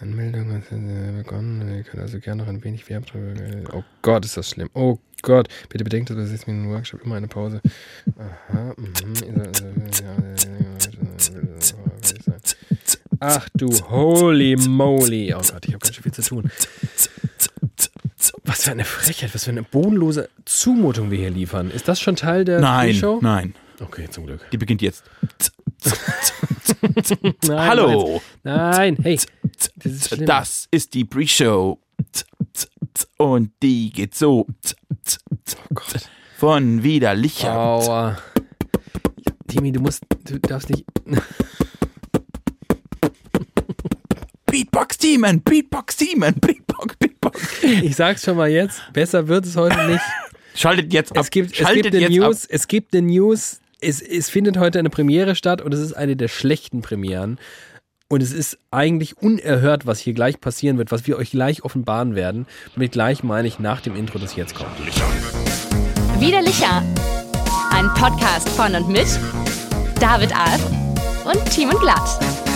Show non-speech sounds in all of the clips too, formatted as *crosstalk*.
Anmeldung hat äh, begonnen. Ihr könnt also gerne noch ein wenig Werbung drüber. äh, Oh Gott, ist das schlimm. Oh Gott. Bitte bedenkt, dass es mir im Workshop immer eine Pause. Aha. mhm. Ihr sollt also, äh, ja, äh, äh, Ach du holy moly. Oh Gott, ich habe ganz schön viel zu tun. Was für eine Frechheit, was für eine bodenlose Zumutung wir hier liefern. Ist das schon Teil der Nein, Show? nein. Okay, zum Glück. Die beginnt jetzt. Nein, Hallo, Nein, hey. Das ist schlimm. das ist die Pre-Show. Und die geht so Oh Gott. von widerlicher. Aua. Timmy, du musst, du darfst nicht. *laughs* Beatbox Demon, Beatbox Demon, Beatbox, Beatbox. Ich sag's schon mal jetzt, besser wird es heute nicht. Schaltet jetzt ab. Es gibt, es Schaltet gibt eine jetzt News, es gibt eine News, es, es findet heute eine Premiere statt und es ist eine der schlechten Premieren. Und es ist eigentlich unerhört, was hier gleich passieren wird, was wir euch gleich offenbaren werden. Mit gleich meine ich nach dem Intro, das jetzt kommt. Widerlicher. Ein Podcast von und mit David Alf und Timon Glatt. ab.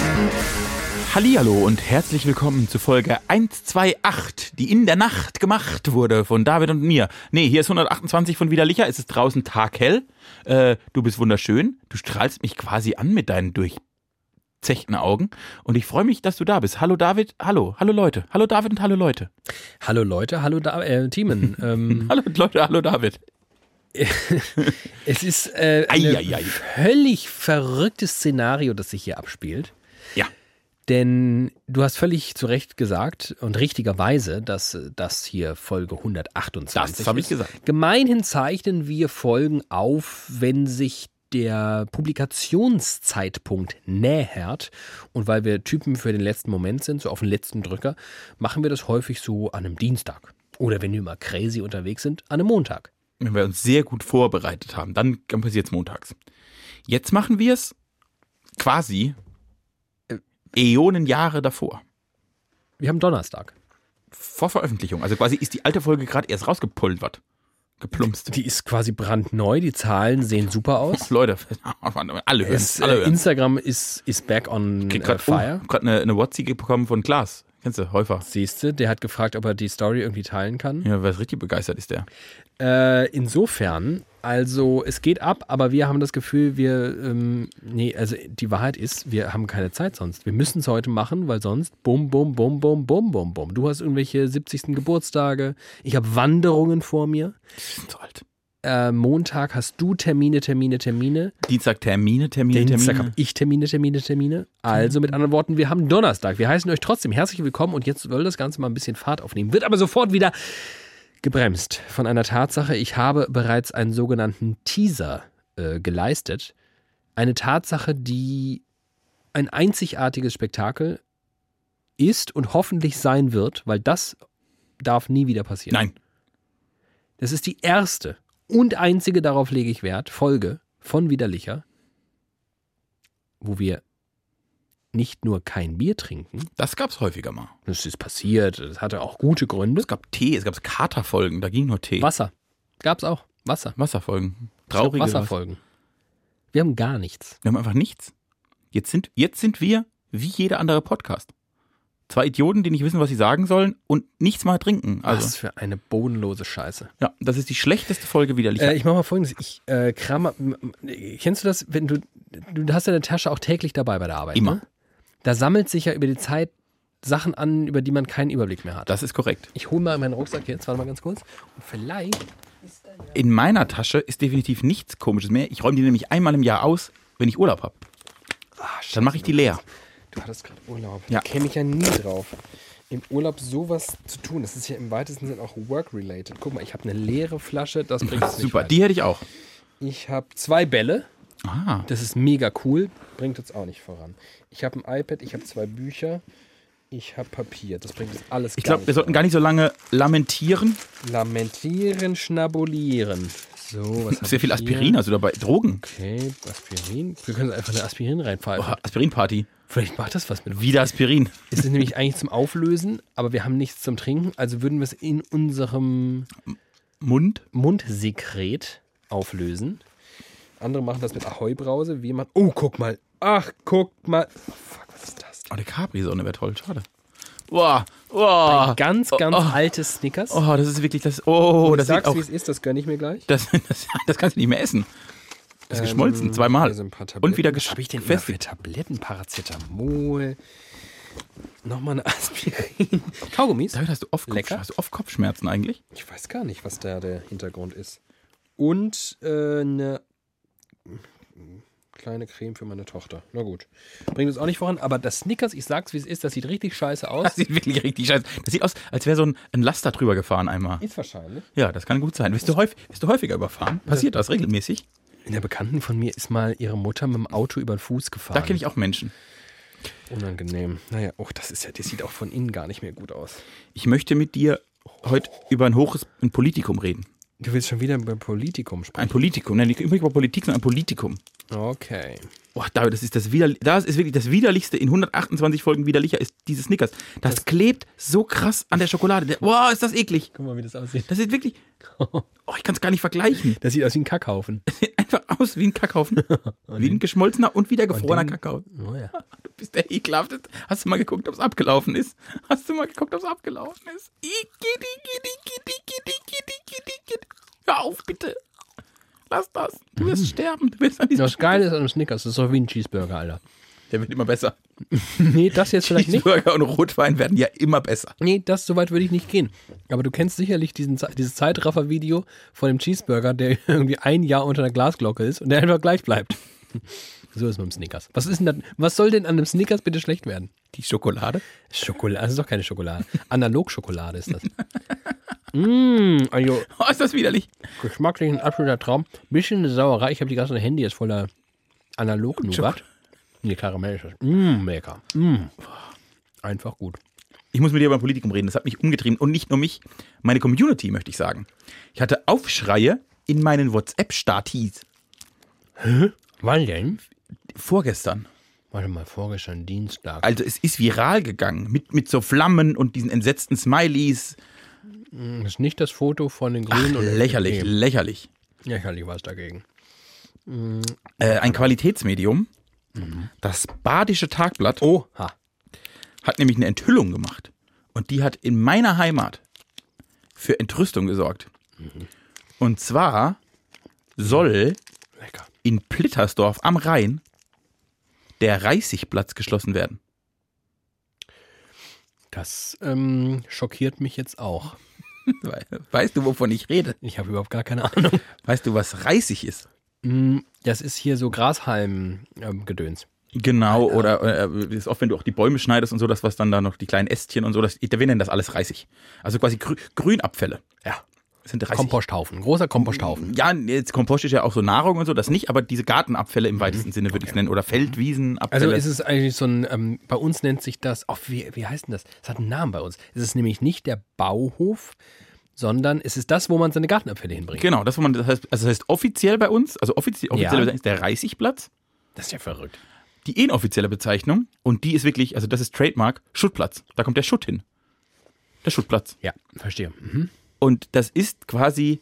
Hallihallo und herzlich willkommen zu Folge 128, die in der Nacht gemacht wurde von David und mir. Nee, hier ist 128 von Widerlicher. Es ist draußen taghell. Äh, du bist wunderschön. Du strahlst mich quasi an mit deinen durchzechten Augen. Und ich freue mich, dass du da bist. Hallo David, hallo, hallo Leute. Hallo David und hallo Leute. Hallo Leute, hallo da äh, *laughs* Timon. Ähm, Hallo Leute, hallo David. es ist äh, ein Ei, ei, ei. völlig verrücktes Szenario, das sich hier abspielt. Ja. Denn du hast völlig zu Recht gesagt und richtigerweise, dass äh, das hier Folge 128 Das hab ich ist. gesagt. Gemeinhin zeichnen wir Folgen auf, wenn sich der Publikationszeitpunkt nähert. Und weil wir Typen für den letzten Moment sind, so auf den letzten Drücker, machen wir das häufig so an einem Dienstag. Oder wenn wir mal crazy unterwegs sind, an einem Montag. wenn wir uns sehr gut vorbereitet haben, dann passiert es montags. Jetzt machen wir es quasi Äonen Jahre davor, Wir haben Donnerstag. vor Veröffentlichung. Also quasi ist die alte Folge gerade erst rausgepulvert, geplumpst. Die ist quasi brandneu, die Zahlen sehen super *laughs* aus. Leute, alle hören Es, alle äh, hören Instagram ist, ist back on Krieg äh, grad- oh, fire. hab grad eine, eine WhatsApp bekommen von Klaas. Kennst du, Häufer? Siehst du, der hat gefragt, ob er die Story irgendwie teilen kann. Ja, wer ist richtig begeistert ist der. Äh, insofern, also es geht ab, aber wir haben das Gefühl, wir, ähm, nee, also die Wahrheit ist, wir haben keine Zeit sonst. Wir müssen es heute machen, weil sonst bum, bum, bum, bum, bum, bum, bum. Du hast irgendwelche 70. Geburtstage, ich habe Wanderungen vor mir. Die sind so alt. Äh, Montag hast du Termine, Termine, Termine. Dienstag Termine, Termine, Dienstag habe Termine. ich Termine, Termine, Termine. Also mit anderen Worten, wir haben Donnerstag. Wir heißen euch trotzdem herzlich willkommen und jetzt soll das Ganze mal ein bisschen Fahrt aufnehmen. Wird aber sofort wieder gebremst von einer Tatsache. Ich habe bereits einen sogenannten Teaser äh, geleistet. Eine Tatsache, die ein einzigartiges Spektakel ist und hoffentlich sein wird, weil das darf nie wieder passieren. Nein, Das ist die erste und einzige, darauf lege ich Wert, Folge von Widerlicher, wo wir nicht nur kein Bier trinken, das gab's häufiger mal. das ist passiert, das hatte auch gute Gründe. Es gab Tee, es gab Katerfolgen, da ging nur Tee. Wasser. Gab's auch. Wasser. Wasserfolgen. Es gab Traurige Wasser- Wasserfolgen. Wir haben gar nichts. Wir haben einfach nichts. Jetzt sind, jetzt sind wir wie jeder andere Podcast. Zwei Idioten, die nicht wissen, was sie sagen sollen und nichts mal trinken. Also, Was für eine bodenlose Scheiße. ja, das ist die schlechteste Folge widerlich. Äh, ich mache mal folgendes. Ich äh, kram. m- m- Kennst du das, wenn du. Du hast deine Tasche auch täglich dabei bei der Arbeit. Immer. Ne? Da sammelt sich ja über die Zeit Sachen an, über die man keinen Überblick mehr hat. das ist korrekt. Ich hole mal meinen Rucksack jetzt, warte mal ganz kurz. Und vielleicht. In meiner Tasche ist definitiv nichts Komisches mehr. Ich räume die nämlich einmal im Jahr aus, wenn ich Urlaub habe. Ah, Dann mache ich die leer. Du hattest gerade Urlaub. Ja. Ja. Käme ich ja nie drauf. Im Urlaub sowas zu tun, das ist ja im weitesten Sinn auch work-related. Guck mal, ich habe eine leere Flasche, das bringt *laughs* es nicht Super, weiter. die hätte ich auch. Ich habe zwei Bälle, Ah, das ist mega cool, bringt jetzt auch nicht voran. Ich habe ein iPad, ich habe zwei Bücher, ich habe Papier, das bringt jetzt alles ich gar glaube, wir nicht sollten gar nicht so lange lamentieren. voran. Lamentieren, schnabulieren. So, was hab Sehr viel ich hier? Aspirin, also dabei Drogen. Okay, Aspirin. Wir können einfach eine Aspirin reinpfeifen. Boah, Aspirinparty. Vielleicht macht das was mit Wieder Aspirin. Es ist nämlich eigentlich zum Auflösen, aber wir haben nichts zum Trinken, also würden wir es in unserem Mund. Mundsekret auflösen. Andere machen das mit Ahoi-Brause, wir machen. Oh, guck mal. Ach, guck mal. Oh, fuck, was ist das? Oh, eine Capri-Sonne wäre toll. Schade. Boah, boah. Ganz, ganz oh, altes Snickers. Oh, das ist wirklich das. Oh, du das sieht sagst, auch. wie es ist, das gönne ich mir gleich. Das, *laughs* das, das kannst du nicht mehr essen. Das ist geschmolzen, zweimal. Also Ähm, ein paar Tabletten. Und wieder Was hab ich denn immer für gefestigt. Tabletten? Paracetamol. Nochmal eine *laughs* Aspirin. Kaugummis? David, hast du, oft Kopf, Lecker. hast du oft Kopfschmerzen eigentlich? *laughs* Ich weiß gar nicht, was da der Hintergrund ist. Und äh, eine kleine Creme für meine Tochter. Na gut. Bringt uns auch nicht voran, aber das Snickers, ich sag's wie es ist, das sieht richtig scheiße aus. Das sieht wirklich richtig scheiße. Das sieht aus, als wäre so ein, ein Laster drüber gefahren einmal. Ist wahrscheinlich. Ja, das kann gut sein. Bist du, häufig, bist du häufiger überfahren? Passiert das regelmäßig? Eine Bekannten von mir ist mal ihre Mutter mit dem Auto über den Fuß gefahren. Da kenne ich auch Menschen. Unangenehm. Naja, oh, das ist ja, das sieht auch von innen gar nicht mehr gut aus. Ich möchte mit dir heute über ein hohes ein Politikum reden. Du willst schon wieder über Politikum Ein sprechen. Politikum. Nein, nicht über Politik, sondern ein Politikum. Okay. Oh, David, das ist das wider das ist wirklich das widerlichste in 128 Folgen widerlicher ist dieses Snickers. Das, klebt so krass an der Schokolade. Der, wow, ist das eklig. Guck mal, wie das aussieht. Das sieht wirklich Oh, ich kann es gar nicht vergleichen. Das sieht aus wie ein Kackhaufen. Das sieht *laughs* einfach aus wie ein *laughs* Kackhaufen. wie ein geschmolzener und wieder gefrorener den- Kakao. Oh ja. Du bist der ekelhafteste. Hast du mal geguckt, ob es abgelaufen ist? Hast du mal geguckt, ob es abgelaufen ist? Igitt, igitt, igitt, igitt, igitt, igitt, igitt. Hör auf, bitte. Lass das. Du wirst *laughs* sterben. Du wirst an diesem Das Geile ist an einem Snickers, das ist doch wie ein Cheeseburger, Alter. Der wird immer besser. Nee, das jetzt vielleicht nicht. Cheeseburger und Rotwein werden ja immer besser. Nee, das so weit würde ich nicht gehen. Aber du kennst sicherlich diesen, Ze- dieses Zeitraffer-Video von dem Cheeseburger, der *laughs* irgendwie ein Jahr unter einer Glasglocke ist und der einfach gleich bleibt. So ist mit dem Snickers. Was, ist denn das, was soll denn an einem Snickers bitte schlecht werden? Die Schokolade? Schokolade, das ist doch keine Schokolade. Analogschokolade ist das. *laughs* Mmh, also Oh, ist das widerlich. geschmacklich ein absoluter Traum. Bisschen eine Sauerei. Ich habe die ganze Handy jetzt voller analog nougat Nee, Karamell ist das. Mmh, lecker. Mmh. Einfach gut. Ich muss mit dir über ein Politikum reden. Das hat mich umgetrieben. Und nicht nur mich, meine Community, möchte ich sagen. Ich hatte Aufschreie in meinen WhatsApp-Statis Wann denn? vorgestern. Warte mal, vorgestern Dienstag. Also es ist viral gegangen mit, mit so Flammen und diesen entsetzten Smileys. Das ist nicht das Foto von den Ach, Grünen. und den lächerlich, FDP. lächerlich. Lächerlich war es dagegen. Äh, ein Qualitätsmedium, das Badische Tagblatt, Ha. hat nämlich eine Enthüllung gemacht. Und die hat in meiner Heimat für Entrüstung gesorgt. Und zwar soll Lecker. in Plittersdorf am Rhein der Reißigplatz geschlossen werden. *laughs* Das ähm, schockiert mich jetzt auch. We- Weißt du, wovon ich rede? Ich habe überhaupt gar keine Ahnung. Weißt du, was reißig ist? Mm, Das ist hier so ähm, Grashalm-Gedöns. Genau, oder äh, ist oft, wenn du auch die Bäume schneidest und so, das, was dann da noch die kleinen Ästchen und so, das, wir nennen das alles reißig. Also quasi Grü Grünabfälle ja. sind reißig. Komposthaufen. Großer Komposthaufen. Ja, jetzt Kompost ist ja auch so Nahrung und so, das nicht, aber diese Gartenabfälle Mhm. im weitesten Sinne würde ich es nennen. Oder Feldwiesenabfälle. Also Mhm. ist es eigentlich so ein, ähm, bei uns nennt sich das, oh, wie, wie heißt denn das? Es hat einen Namen bei uns. Es ist nämlich nicht der Bauhof, sondern es ist das, wo man seine Gartenabfälle hinbringt. genau, das, wo man, das, heißt, also das heißt offiziell bei uns, also offiziell, offiziell Ja. ist der Reißigplatz. Das ist ja verrückt. Die inoffizielle Bezeichnung, und die ist wirklich, also das ist Trademark, Schuttplatz. Da kommt der Schutt hin. Der Schuttplatz. Ja, verstehe. Mhm. Und das ist quasi,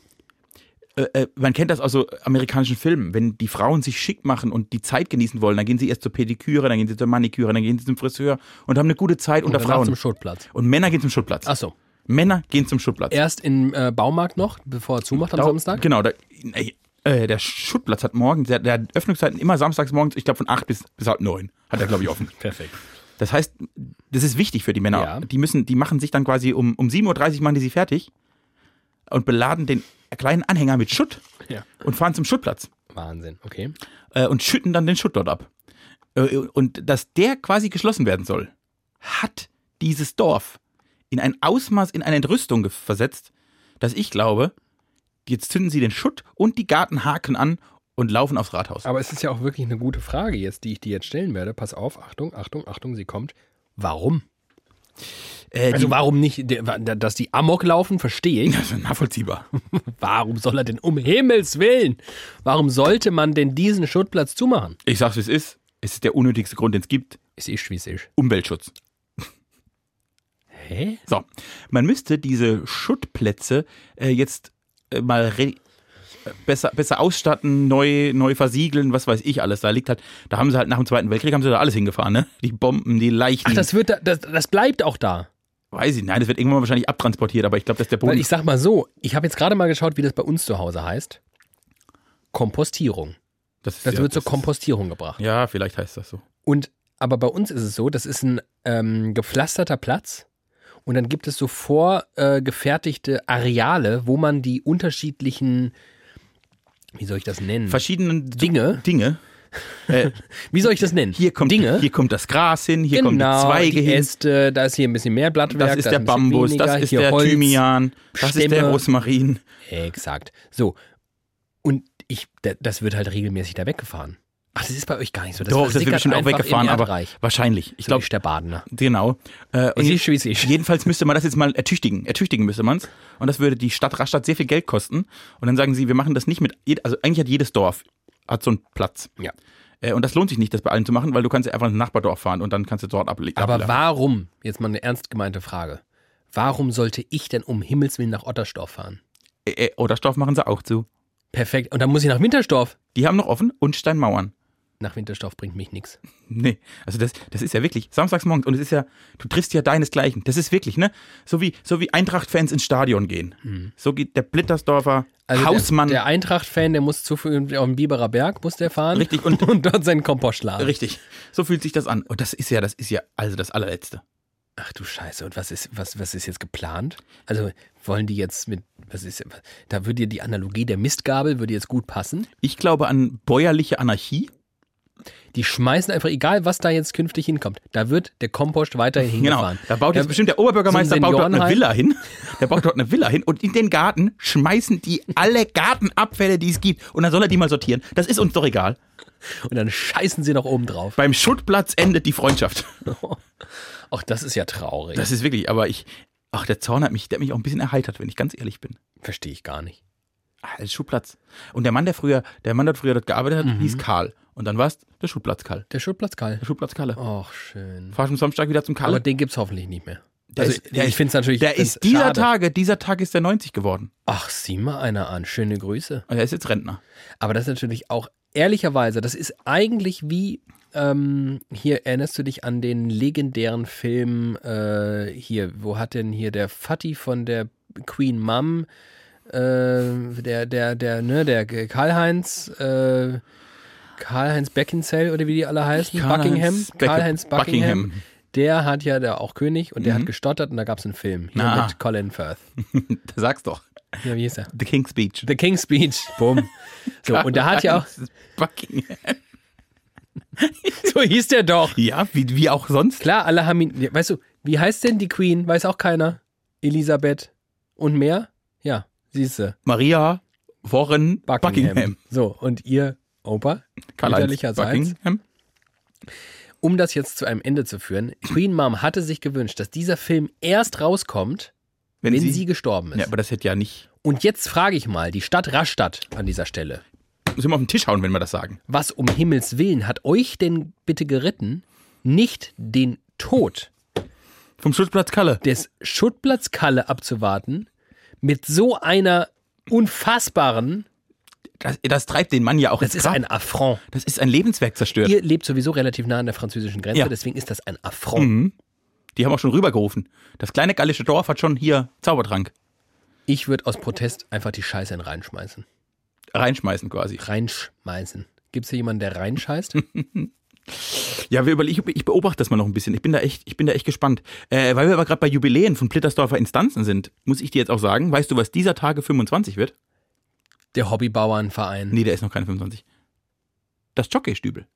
äh, äh, man kennt das aus so amerikanischen Filmen, wenn die Frauen sich schick machen und die Zeit genießen wollen, dann gehen sie erst zur Pediküre, dann gehen sie zur Maniküre, dann gehen sie zum Friseur und haben eine gute Zeit unter danach Frauen. zum Schuttplatz. Und Männer gehen zum Schuttplatz. Ach so. Männer gehen zum Schuttplatz. Erst im äh, Baumarkt noch, bevor er zumacht am Da- Samstag. Genau, da, nee, äh, der Schuttplatz hat morgen, der, der hat Öffnungszeiten immer samstags morgens, ich glaube von 8 bis, bis halb 9 hat er, glaube ich, offen. Perfekt. Das heißt, das ist wichtig für die Männer. Ja. Die müssen, die machen sich dann quasi um, um 7.30 Uhr machen die sie fertig und beladen den kleinen Anhänger mit Schutt Ja. und fahren zum Schuttplatz Wahnsinn. Okay. äh, und schütten dann den Schutt dort ab. Äh, und dass der quasi geschlossen werden soll, hat dieses Dorf in ein Ausmaß, in eine Entrüstung ge- versetzt, dass ich glaube, jetzt zünden sie den Schutt und die Gartenhaken an und laufen aufs Rathaus. Aber es ist ja auch wirklich eine gute Frage jetzt, die ich dir jetzt stellen werde. Pass auf, Achtung, Achtung, Achtung, sie kommt. Warum? Äh, Also die- warum nicht, der- dass die Amok laufen, verstehe *laughs* ich. das ist nachvollziehbar. Warum soll er denn um Himmels Willen? Warum sollte man denn diesen Schuttplatz zumachen? Ich sag's, wie es ist. Es ist der unnötigste Grund, den es gibt. Es ist, wie es ist. Umweltschutz. Hä? So, man müsste diese Schuttplätze äh, jetzt äh, mal re äh, besser, besser ausstatten, neu, neu versiegeln, was weiß ich alles. Da liegt halt, da haben sie halt nach dem Zweiten Weltkrieg haben sie da alles hingefahren, ne? Die Bomben, die Leichen. Ach, das wird, da, das, das bleibt auch da. Weiß ich, nein, das wird irgendwann wahrscheinlich abtransportiert, aber ich glaube, das ist der Boden. Weil ich sag mal so, ich habe jetzt gerade mal geschaut, wie das bei uns zu Hause heißt. Kompostierung. das Das ja, wird zur das- Kompostierung gebracht. Ja, vielleicht heißt das so. Und aber bei uns ist es so, das ist ein ähm, gepflasterter Platz und dann gibt es so vorgefertigte äh, gefertigte Areale, wo man die unterschiedlichen, wie soll ich das nennen? Verschiedene Hm. Dinge? Dinge. Äh, wie soll ich das nennen? hier kommt Dinge. hier kommt das Gras hin, hier kommen genau, die Zweige die hin. Äste, da ist hier ein bisschen mehr Blattwerk, das ist da der ein bisschen Bambus, weniger, das ist hier der Holz. Thymian, das ist der Stämme. Rosmarin. Exakt. So. Und ich, da- das wird halt regelmäßig da weggefahren. Ach, das ist bei euch gar nicht so. Das Doch, das wird versickert bestimmt auch einfach im weggefahren, aber Erdreich. wahrscheinlich. Ich So glaube, ist der Badener. genau. Äh, und Es je- ist, wie es ist. jedenfalls müsste man das jetzt mal ertüchtigen. Ertüchtigen müsste man es. Und das würde die Stadt Rastatt sehr viel Geld kosten. Und dann sagen sie, wir machen das nicht mit, jed- also eigentlich hat jedes Dorf hat so einen Platz. Ja. Äh, und das lohnt sich nicht, das bei allen zu machen, weil du kannst ja einfach ins Nachbardorf fahren und dann kannst du dort ablegen. Aber warum, jetzt mal eine ernst gemeinte Frage, warum sollte ich denn um Himmels Willen nach Otterstorf fahren? äh, Oderstoff machen sie auch zu. Perfekt. Und dann muss ich nach Winterstorf. Die haben noch offen und Steinmauern. Nach Winterstorf bringt mich nichts. Nee, also das, das ist ja wirklich samstags morgens und es ist ja, du triffst ja deinesgleichen. Das ist wirklich, ne? So wie, so wie Eintracht-Fans ins Stadion gehen. So geht der Blittersdorfer Mhm. Also Hausmann. Der, der Eintracht-Fan, der muss zu auf den Biberer Berg, muss der fahren. *laughs* Richtig, und- Und, dort seinen Kompost schlagen. richtig. So fühlt sich das an. Und das ist ja, das ist ja also das allerletzte. Ach du Scheiße. Und was ist, was, was ist jetzt geplant? Also wollen die jetzt mit, was ist, da würde dir die Analogie der Mistgabel, würde jetzt gut passen. Ich glaube an bäuerliche Anarchie. Die schmeißen einfach, egal was da jetzt künftig hinkommt, da wird der Kompost weiterhin hingefahren. Genau. Da baut jetzt Da- bestimmt der Oberbürgermeister so ein baut dort eine Seniorenheim. Villa hin. Der baut dort eine Villa hin und in den Garten schmeißen die alle Gartenabfälle, die es gibt. Und dann soll er die mal sortieren. Das ist uns doch egal. Und dann scheißen sie noch oben drauf. Beim Schuttplatz endet die Freundschaft. Ach, das ist ja traurig. Das ist wirklich, aber ich, ach, der Zorn hat mich, der hat mich auch ein bisschen erheitert, wenn ich ganz ehrlich bin. verstehe ich gar nicht. Ah, das ist Schulplatz. Und der Mann, der früher, der Mann, der früher dort gearbeitet hat, hieß Karl. Und dann war es der Schulplatz Karl. Der Schuttplatz Karl. Mhm. Der Schulplatz Karle. Ach, schön. Fahr schon Samstag wieder zum Karl. Aber den gibt's hoffentlich nicht mehr. Der also, ist- der ich ist- finde es natürlich. Der find's ist dieser schade. Tage, dieser Tag ist der 90 geworden. Ach, sieh mal einer an. Schöne Grüße. Und er ist jetzt Rentner. Aber das ist natürlich auch, ehrlicherweise, das ist eigentlich wie. Ähm, hier erinnerst du dich an den legendären Film äh, hier, wo hat denn hier der Fatty von der Queen Mum, äh, der, der, der, ne, der Karl-Heinz, äh, Karl-Heinz Beckinsale oder wie die alle heißen, Karl-Heinz Buckingham, Beck- Karl-Heinz Buckingham, Mhm. Buckingham. der hat ja, der auch König und der hat gestottert und da gab es einen Film, hier Na. mit Colin Firth, Sag's doch. ja, wie hieß er? The King's Speech. The King's Speech, bumm. So, und da hat ja auch, Buckingham. *laughs* so hieß der doch. Ja, wie, wie auch sonst. Klar, alle haben ihn. Weißt du, wie heißt denn die Queen? Weiß auch keiner. Elisabeth und mehr? Ja, siehst du. Maria Warren Buckingham. Buckingham. So, und ihr Opa, Karl-Heinz mütterlicherseits. Buckingham. um das jetzt zu einem Ende zu führen, Queen Mom hatte sich gewünscht, dass dieser Film erst rauskommt, wenn, sie, gestorben ist. Ja, aber das hätte ja nicht. und jetzt frage ich mal, die Stadt Rastatt an dieser Stelle, Müssen wir auf den Tisch hauen, wenn wir das sagen. was um Himmels Willen hat euch denn bitte geritten, nicht den Tod Vom Schutzplatz Kalle. des Schuttplatzkalle abzuwarten mit so einer unfassbaren, Das, das treibt den Mann ja auch das ins ist Grab. ein Affront. das ist ein Lebenswerk zerstört. Ihr lebt sowieso relativ nah an der französischen Grenze, Ja. Mhm. deswegen ist das ein Affront. Die haben auch schon rübergerufen. Das kleine gallische Dorf hat schon hier Zaubertrank Ich würde aus Protest einfach die Scheiße in reinschmeißen. reinschmeißen quasi. Reinschmeißen. Gibt es hier jemanden, der reinscheißt? Mhm. Ja, wir überlegen, ich beobachte das mal noch ein bisschen. Ich bin da echt, ich bin da echt gespannt. Äh, weil wir aber gerade bei Jubiläen von Plittersdorfer Instanzen sind, muss ich dir jetzt auch sagen, weißt du, was dieser Tage 25 wird? Der Hobbybauernverein. Nee, der ist noch keine 25. Das Jockeystübel.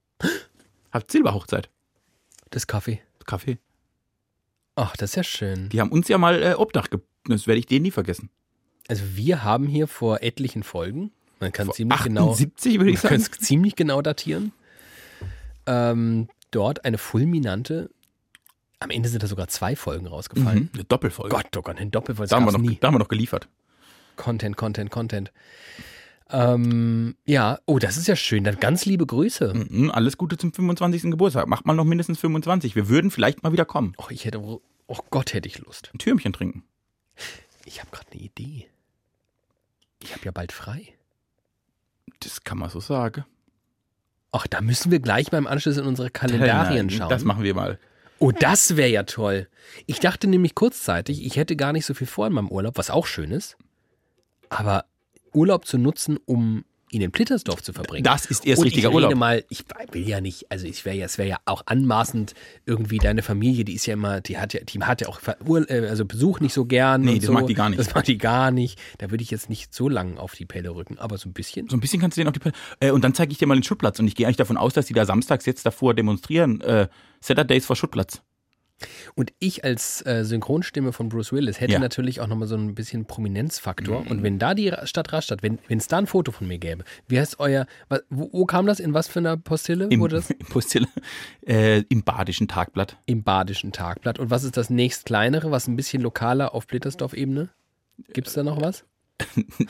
Habt Silberhochzeit. Das Kaffee. Kaffee. Ach, das ist ja schön. Die haben uns ja mal äh, Obdach ge... Das werde ich denen nie vergessen. Also wir haben hier vor etlichen Folgen, man kann Vor ziemlich genau, 78 würde man *laughs* ich sagen. kann es ziemlich genau datieren, ähm, dort eine fulminante, am Ende sind da sogar zwei Folgen rausgefallen. Mhm. Eine Doppelfolge. Gott, oh Gott, ein Doppelfolge, da, das haben wir gab's noch, nie. da haben wir noch geliefert. Content, Content, Content. Ähm, ja, oh, das ist ja schön. Dann ganz liebe Grüße. Mhm, alles Gute zum 25. Geburtstag. Macht mal noch mindestens 25. Wir würden vielleicht mal wieder kommen. Oh, ich hätte, oh Gott, hätte ich Lust. Ein Türmchen trinken. Ich habe ne gerade eine Idee. Ich habe ja bald frei. Das kann man so sagen. Ach, da müssen wir gleich mal im Anschluss in unsere Kalendarien Nein, schauen. Das machen wir mal. Oh, das wäre ja toll. Ich dachte nämlich kurzzeitig, ich hätte gar nicht so viel vor in meinem Urlaub, was auch schön ist. Aber Urlaub zu nutzen, um ihn in Plittersdorf zu verbringen. Das ist erst Und richtiger ich rede Urlaub. mal, ich will ja nicht, also ich wäre ja, es wäre ja auch anmaßend irgendwie deine Familie, die ist ja immer, die hat ja, die hat ja auch Ver- Ur- äh, also Besuch nicht so gern. Nee, und das so. mag die gar nicht. Das mag die gar nicht. Da würde ich jetzt nicht so lang auf die Pelle rücken, aber so ein bisschen. So ein bisschen kannst du den auf die Pelle. Äh, und dann zeige ich dir mal den Schuttplatz. Und ich gehe eigentlich davon aus, dass die da samstags jetzt davor demonstrieren. Äh, Saturdays vor Schuttplatz. Und ich als äh, Synchronstimme von Bruce Willis hätte Ja. Mhm. natürlich auch nochmal so ein bisschen Prominenzfaktor. Und wenn da die Ra- Stadt Rastatt, wenn es da ein Foto von mir gäbe, wie heißt euer, wa- wo, wo kam das, in was für einer Postille Im, wurde *laughs* das? im Postille. Äh, Im Badischen Tagblatt. Im Badischen Tagblatt. Und was ist das nächstkleinere, was ein bisschen lokaler auf Blittersdorf-Ebene? Gibt es da noch was?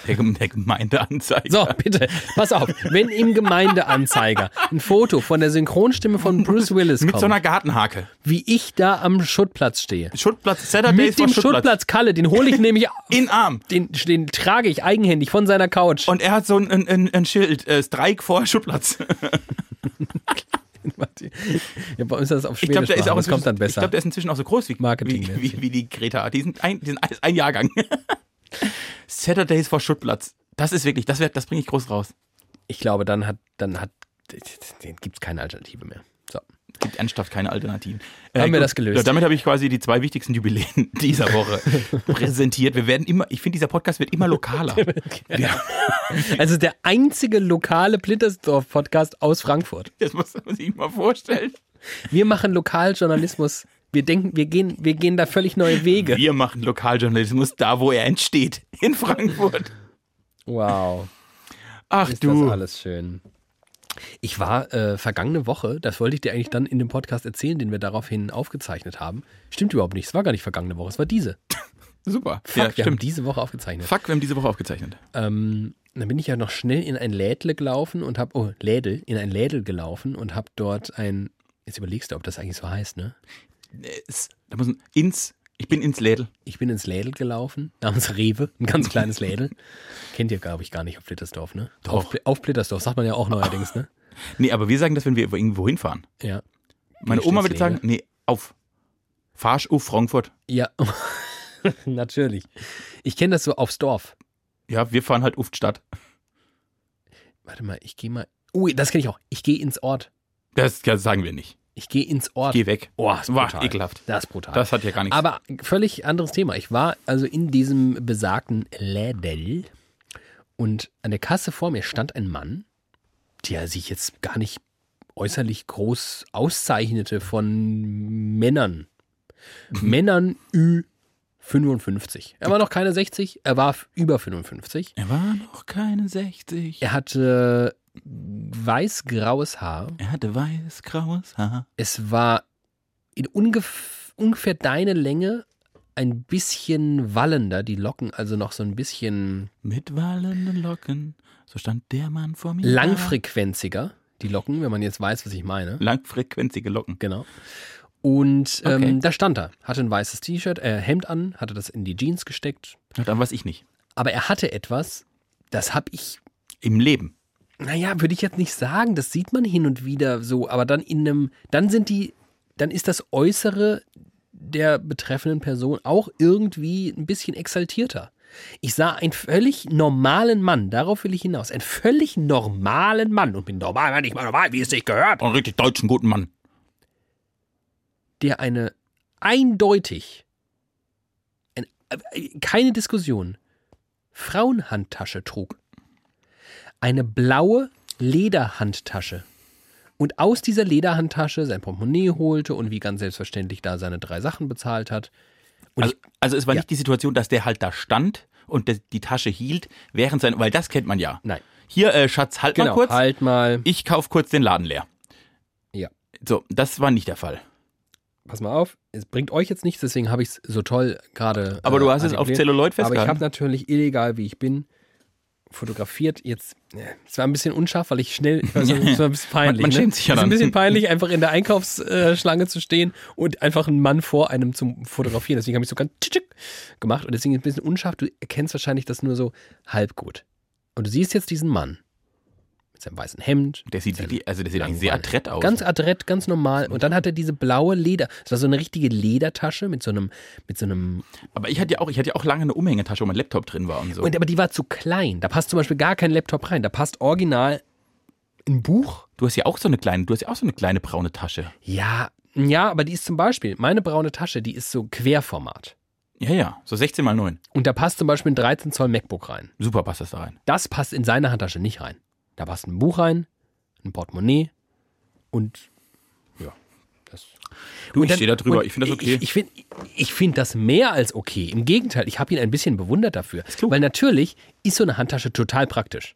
Der, Gem- der Gemeindeanzeiger. So, bitte, pass auf. Wenn im Gemeindeanzeiger ein Foto von der Synchronstimme von Bruce Willis Mit so kommt, einer Gartenhake. wie ich da am Schuttplatz stehe, Schuttplatz, Saturdays mit vor dem Schuttplatz. Schuttplatz Kalle, den hole ich nämlich In Arm. den, den trage ich eigenhändig von seiner *laughs* Couch. Und er hat so ein, ein, ein, ein Schild. Äh, Streik vor Schuttplatz. ja, bei uns ist das auf Ich glaube, Schwedisch. der ist auch das kommt inzwischen- dann Ich besser. glaube, der ist inzwischen auch so groß wie, Marketing- wie, wie, wie die Greta. Die sind ein, die sind alles ein Jahrgang. *laughs* Saturdays vor Schuttplatz. Das ist wirklich, das, wär- das bringe ich groß raus. ich glaube, dann hat, dann hat, gibt es keine Alternative mehr. So. gibt ernsthaft keine Alternativen. Äh, Haben wir gut. das gelöst? Ja, damit habe ich quasi die zwei wichtigsten Jubiläen *laughs* dieser *laughs* Woche präsentiert. Wir werden immer, ich finde, dieser Podcast wird immer *laughs* lokaler. ja, Also der einzige lokale Plittersdorf-Podcast aus Frankfurt. das muss man sich mal vorstellen. Wir machen Lokaljournalismus. Wir denken, wir gehen, wir gehen da völlig neue Wege. Wir machen Lokaljournalismus da, wo er entsteht, in Frankfurt. Wow. Ach Ist du. das alles schön. Ich war äh, vergangene Woche, das wollte ich dir eigentlich dann in dem Podcast erzählen, den wir daraufhin aufgezeichnet haben. Stimmt überhaupt nicht. Es war gar nicht vergangene Woche, es war diese. Super. Fuck, ja, wir haben stimmt. diese Woche aufgezeichnet. Fuck, wir haben diese Woche aufgezeichnet. Ähm, dann bin ich ja noch schnell in ein Lädle gelaufen und habe, oh, Lädel, in ein Lädel gelaufen und habe dort ein, jetzt überlegst du, ob das eigentlich so heißt, ne? Es- Da muss ein, ins, ich bin ins Lädel. Ich bin ins Lädel gelaufen, *laughs* namens Rewe, ein ganz kleines Lädel. Kennt ihr, glaube ich, gar nicht auf Blittersdorf, ne? Auf, Bl- auf Blittersdorf sagt man ja auch neuerdings, ne? Nee, aber wir sagen das, wenn wir irgendwo hinfahren. Ja. Meine Gehst Oma ins würde sagen, nee, auf. Fahrsch auf Frankfurt. Ja, *laughs* natürlich. Ich kenne das so aufs Dorf. Ja, wir fahren halt auf die Stadt. Warte mal, ich gehe mal. Ui, das kenne ich auch. Ich gehe ins Ort. Das, das sagen wir nicht. Ich gehe ins Ort. Geh weg. Oh, ist War brutal. ekelhaft. Das ist brutal. Das hat ja gar nichts. Aber völlig anderes Thema. Ich war also in diesem besagten Lädel und an der Kasse vor mir stand ein Mann, der sich jetzt gar nicht äußerlich groß auszeichnete von Männern. Männern Ü55. Er war noch keine 60, er war f- über 55. er war noch keine 60. Er hatte weiß-graues Haar. Er hatte weiß-graues Haar. Es war in ungef ungefähr deine Länge ein bisschen wallender, die Locken also noch so ein bisschen Mit wallenden Locken. So stand der Mann vor mir. langfrequenziger, die Locken, wenn man jetzt weiß, was ich meine. Langfrequenzige Locken. Genau. Und ähm, Okay. da stand er, hatte ein weißes T-Shirt, äh, Hemd an, hatte das in die Jeans gesteckt. Na, Dann weiß ich nicht. Aber er hatte etwas, das habe ich, Im Leben. naja, würde ich jetzt nicht sagen, das sieht man hin und wieder so, aber dann in einem, dann sind die, dann ist das Äußere der betreffenden Person auch irgendwie ein bisschen exaltierter. Ich sah einen völlig normalen Mann, darauf will ich hinaus, einen völlig normalen Mann und bin normal, wenn ich mal normal, wie es sich gehört, Einen richtig deutschen guten Mann. der eine eindeutig, ein, äh, keine Diskussion, Frauenhandtasche trug. Eine blaue Lederhandtasche. Und aus dieser Lederhandtasche sein Portemonnaie holte und wie ganz selbstverständlich da seine drei Sachen bezahlt hat. Und Also, also es war Ja. nicht die Situation, dass der halt da stand und der, die Tasche hielt, während sein. Weil das kennt man ja. Nein. Hier, äh, Schatz, halt mal Genau, kurz. halt mal. Ich kauf kurz den Laden leer. Ja. So, das war nicht der Fall. Pass mal auf, es bringt euch jetzt nichts, deswegen habe ich es so toll gerade. Aber äh, du hast es Also auf artikuliert. Zelluloid Aber ich habe festgehalten. natürlich illegal, wie ich bin, fotografiert. Jetzt, äh, es war ein bisschen unscharf, weil *laughs* ich schnell, also, es war ein bisschen peinlich. Man- man ne? schämt sich ja Es ist ein dann. *laughs* bisschen peinlich, einfach in der Einkaufsschlange zu stehen und einfach einen Mann vor einem zum Fotografieren. Deswegen habe ich so ganz tschitschik gemacht und deswegen ist es ein bisschen unscharf. Du erkennst wahrscheinlich das nur so halb gut. Und du siehst jetzt diesen Mann. mit seinem weißen Hemd. Der sieht, Sein- wirklich- also der sieht eigentlich sehr Langweilig. adrett aus. Ganz adrett, ganz normal. Und dann hat er diese blaue Leder. Das war so eine richtige Ledertasche mit so einem, mit so einem. aber ich hatte ja auch, ich hatte ja auch lange eine Umhängetasche, wo mein Laptop drin war und so. Und aber die war zu klein. Da passt zum Beispiel gar kein Laptop rein. Da passt original ein Buch. du hast ja auch so eine kleine, du hast ja auch so eine kleine braune Tasche. Ja, ja, aber die ist zum Beispiel, meine braune Tasche, die ist so Querformat. Ja, ja, so 16 mal 9. Und da passt zum Beispiel ein 13 Zoll MacBook rein. Super passt das da rein. Das passt in seine Handtasche nicht rein. Da passt ein Buch rein, ein Portemonnaie und ja, das. Du, Und ich dann- stehe da drüber, und ich finde das okay. Ich, ich finde ich find das mehr als okay. Im Gegenteil, ich habe ihn ein bisschen bewundert dafür. klug. Weil natürlich ist so eine Handtasche total praktisch.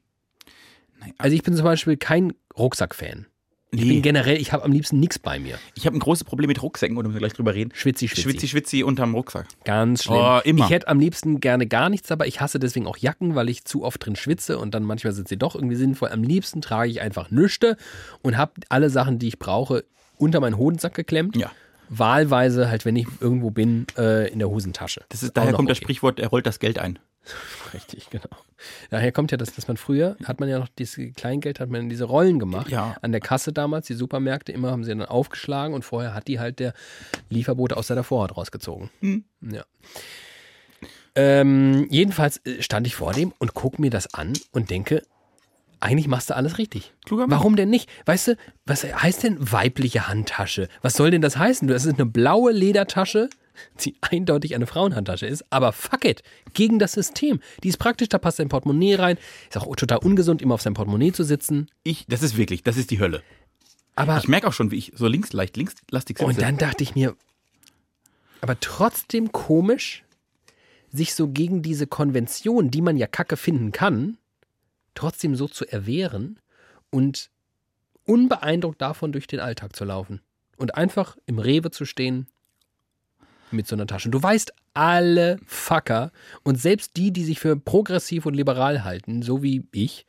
Nein, Also ich bin zum Beispiel kein Rucksack-Fan. Ich bin nee, generell, ich habe am liebsten nichts bei mir. ich habe ein großes Problem mit Rucksäcken, oder müssen wir gleich drüber reden. Schwitzi, schwitzi. Schwitzi, schwitzi unterm Rucksack. Ganz schlimm. Oh, immer. Ich hätte am liebsten gerne gar nichts dabei. Ich hasse deswegen auch Jacken, weil ich zu oft drin schwitze und dann manchmal sind sie doch irgendwie sinnvoll. Am liebsten trage ich einfach Nüchte und habe alle Sachen, die ich brauche, unter meinen Hodensack geklemmt. Ja. Wahlweise halt, wenn ich irgendwo bin, äh, in der Hosentasche. Das ist, Auch daher noch kommt das okay. Sprichwort, er rollt das Geld ein. Richtig, genau. Daher kommt ja das, dass man früher, hat man ja noch dieses Kleingeld, hat man diese Rollen gemacht. Ja. An der Kasse damals, die Supermärkte, immer haben sie dann aufgeschlagen und vorher hat die halt der Lieferbote aus seiner Vorhaut rausgezogen. Mhm. Ja. Ähm, jedenfalls äh, stand ich vor dem und guck mir das an und denke, eigentlich machst du alles richtig. Kluger Mann. Warum denn nicht? Weißt du, was heißt denn weibliche Handtasche? Was soll denn das heißen? Das ist eine blaue Ledertasche, die *laughs* eindeutig eine Frauenhandtasche ist, aber fuck it, gegen das System. Die ist praktisch, da passt dein Portemonnaie rein. Ist auch total ungesund, immer auf seinem Portemonnaie zu sitzen. Ich, das ist wirklich, das ist die Hölle. Aber Ich merke auch schon, wie ich so links leicht, links lastig sitze. Ah. Oh, Und dann dachte ich mir, aber trotzdem komisch, sich so gegen diese Konvention, die man ja kacke finden kann, trotzdem so zu erwehren und unbeeindruckt davon durch den Alltag zu laufen. Und einfach im Rewe zu stehen mit so einer Tasche. Du weißt, alle Fucker und selbst die, die sich für progressiv und liberal halten, so wie ich,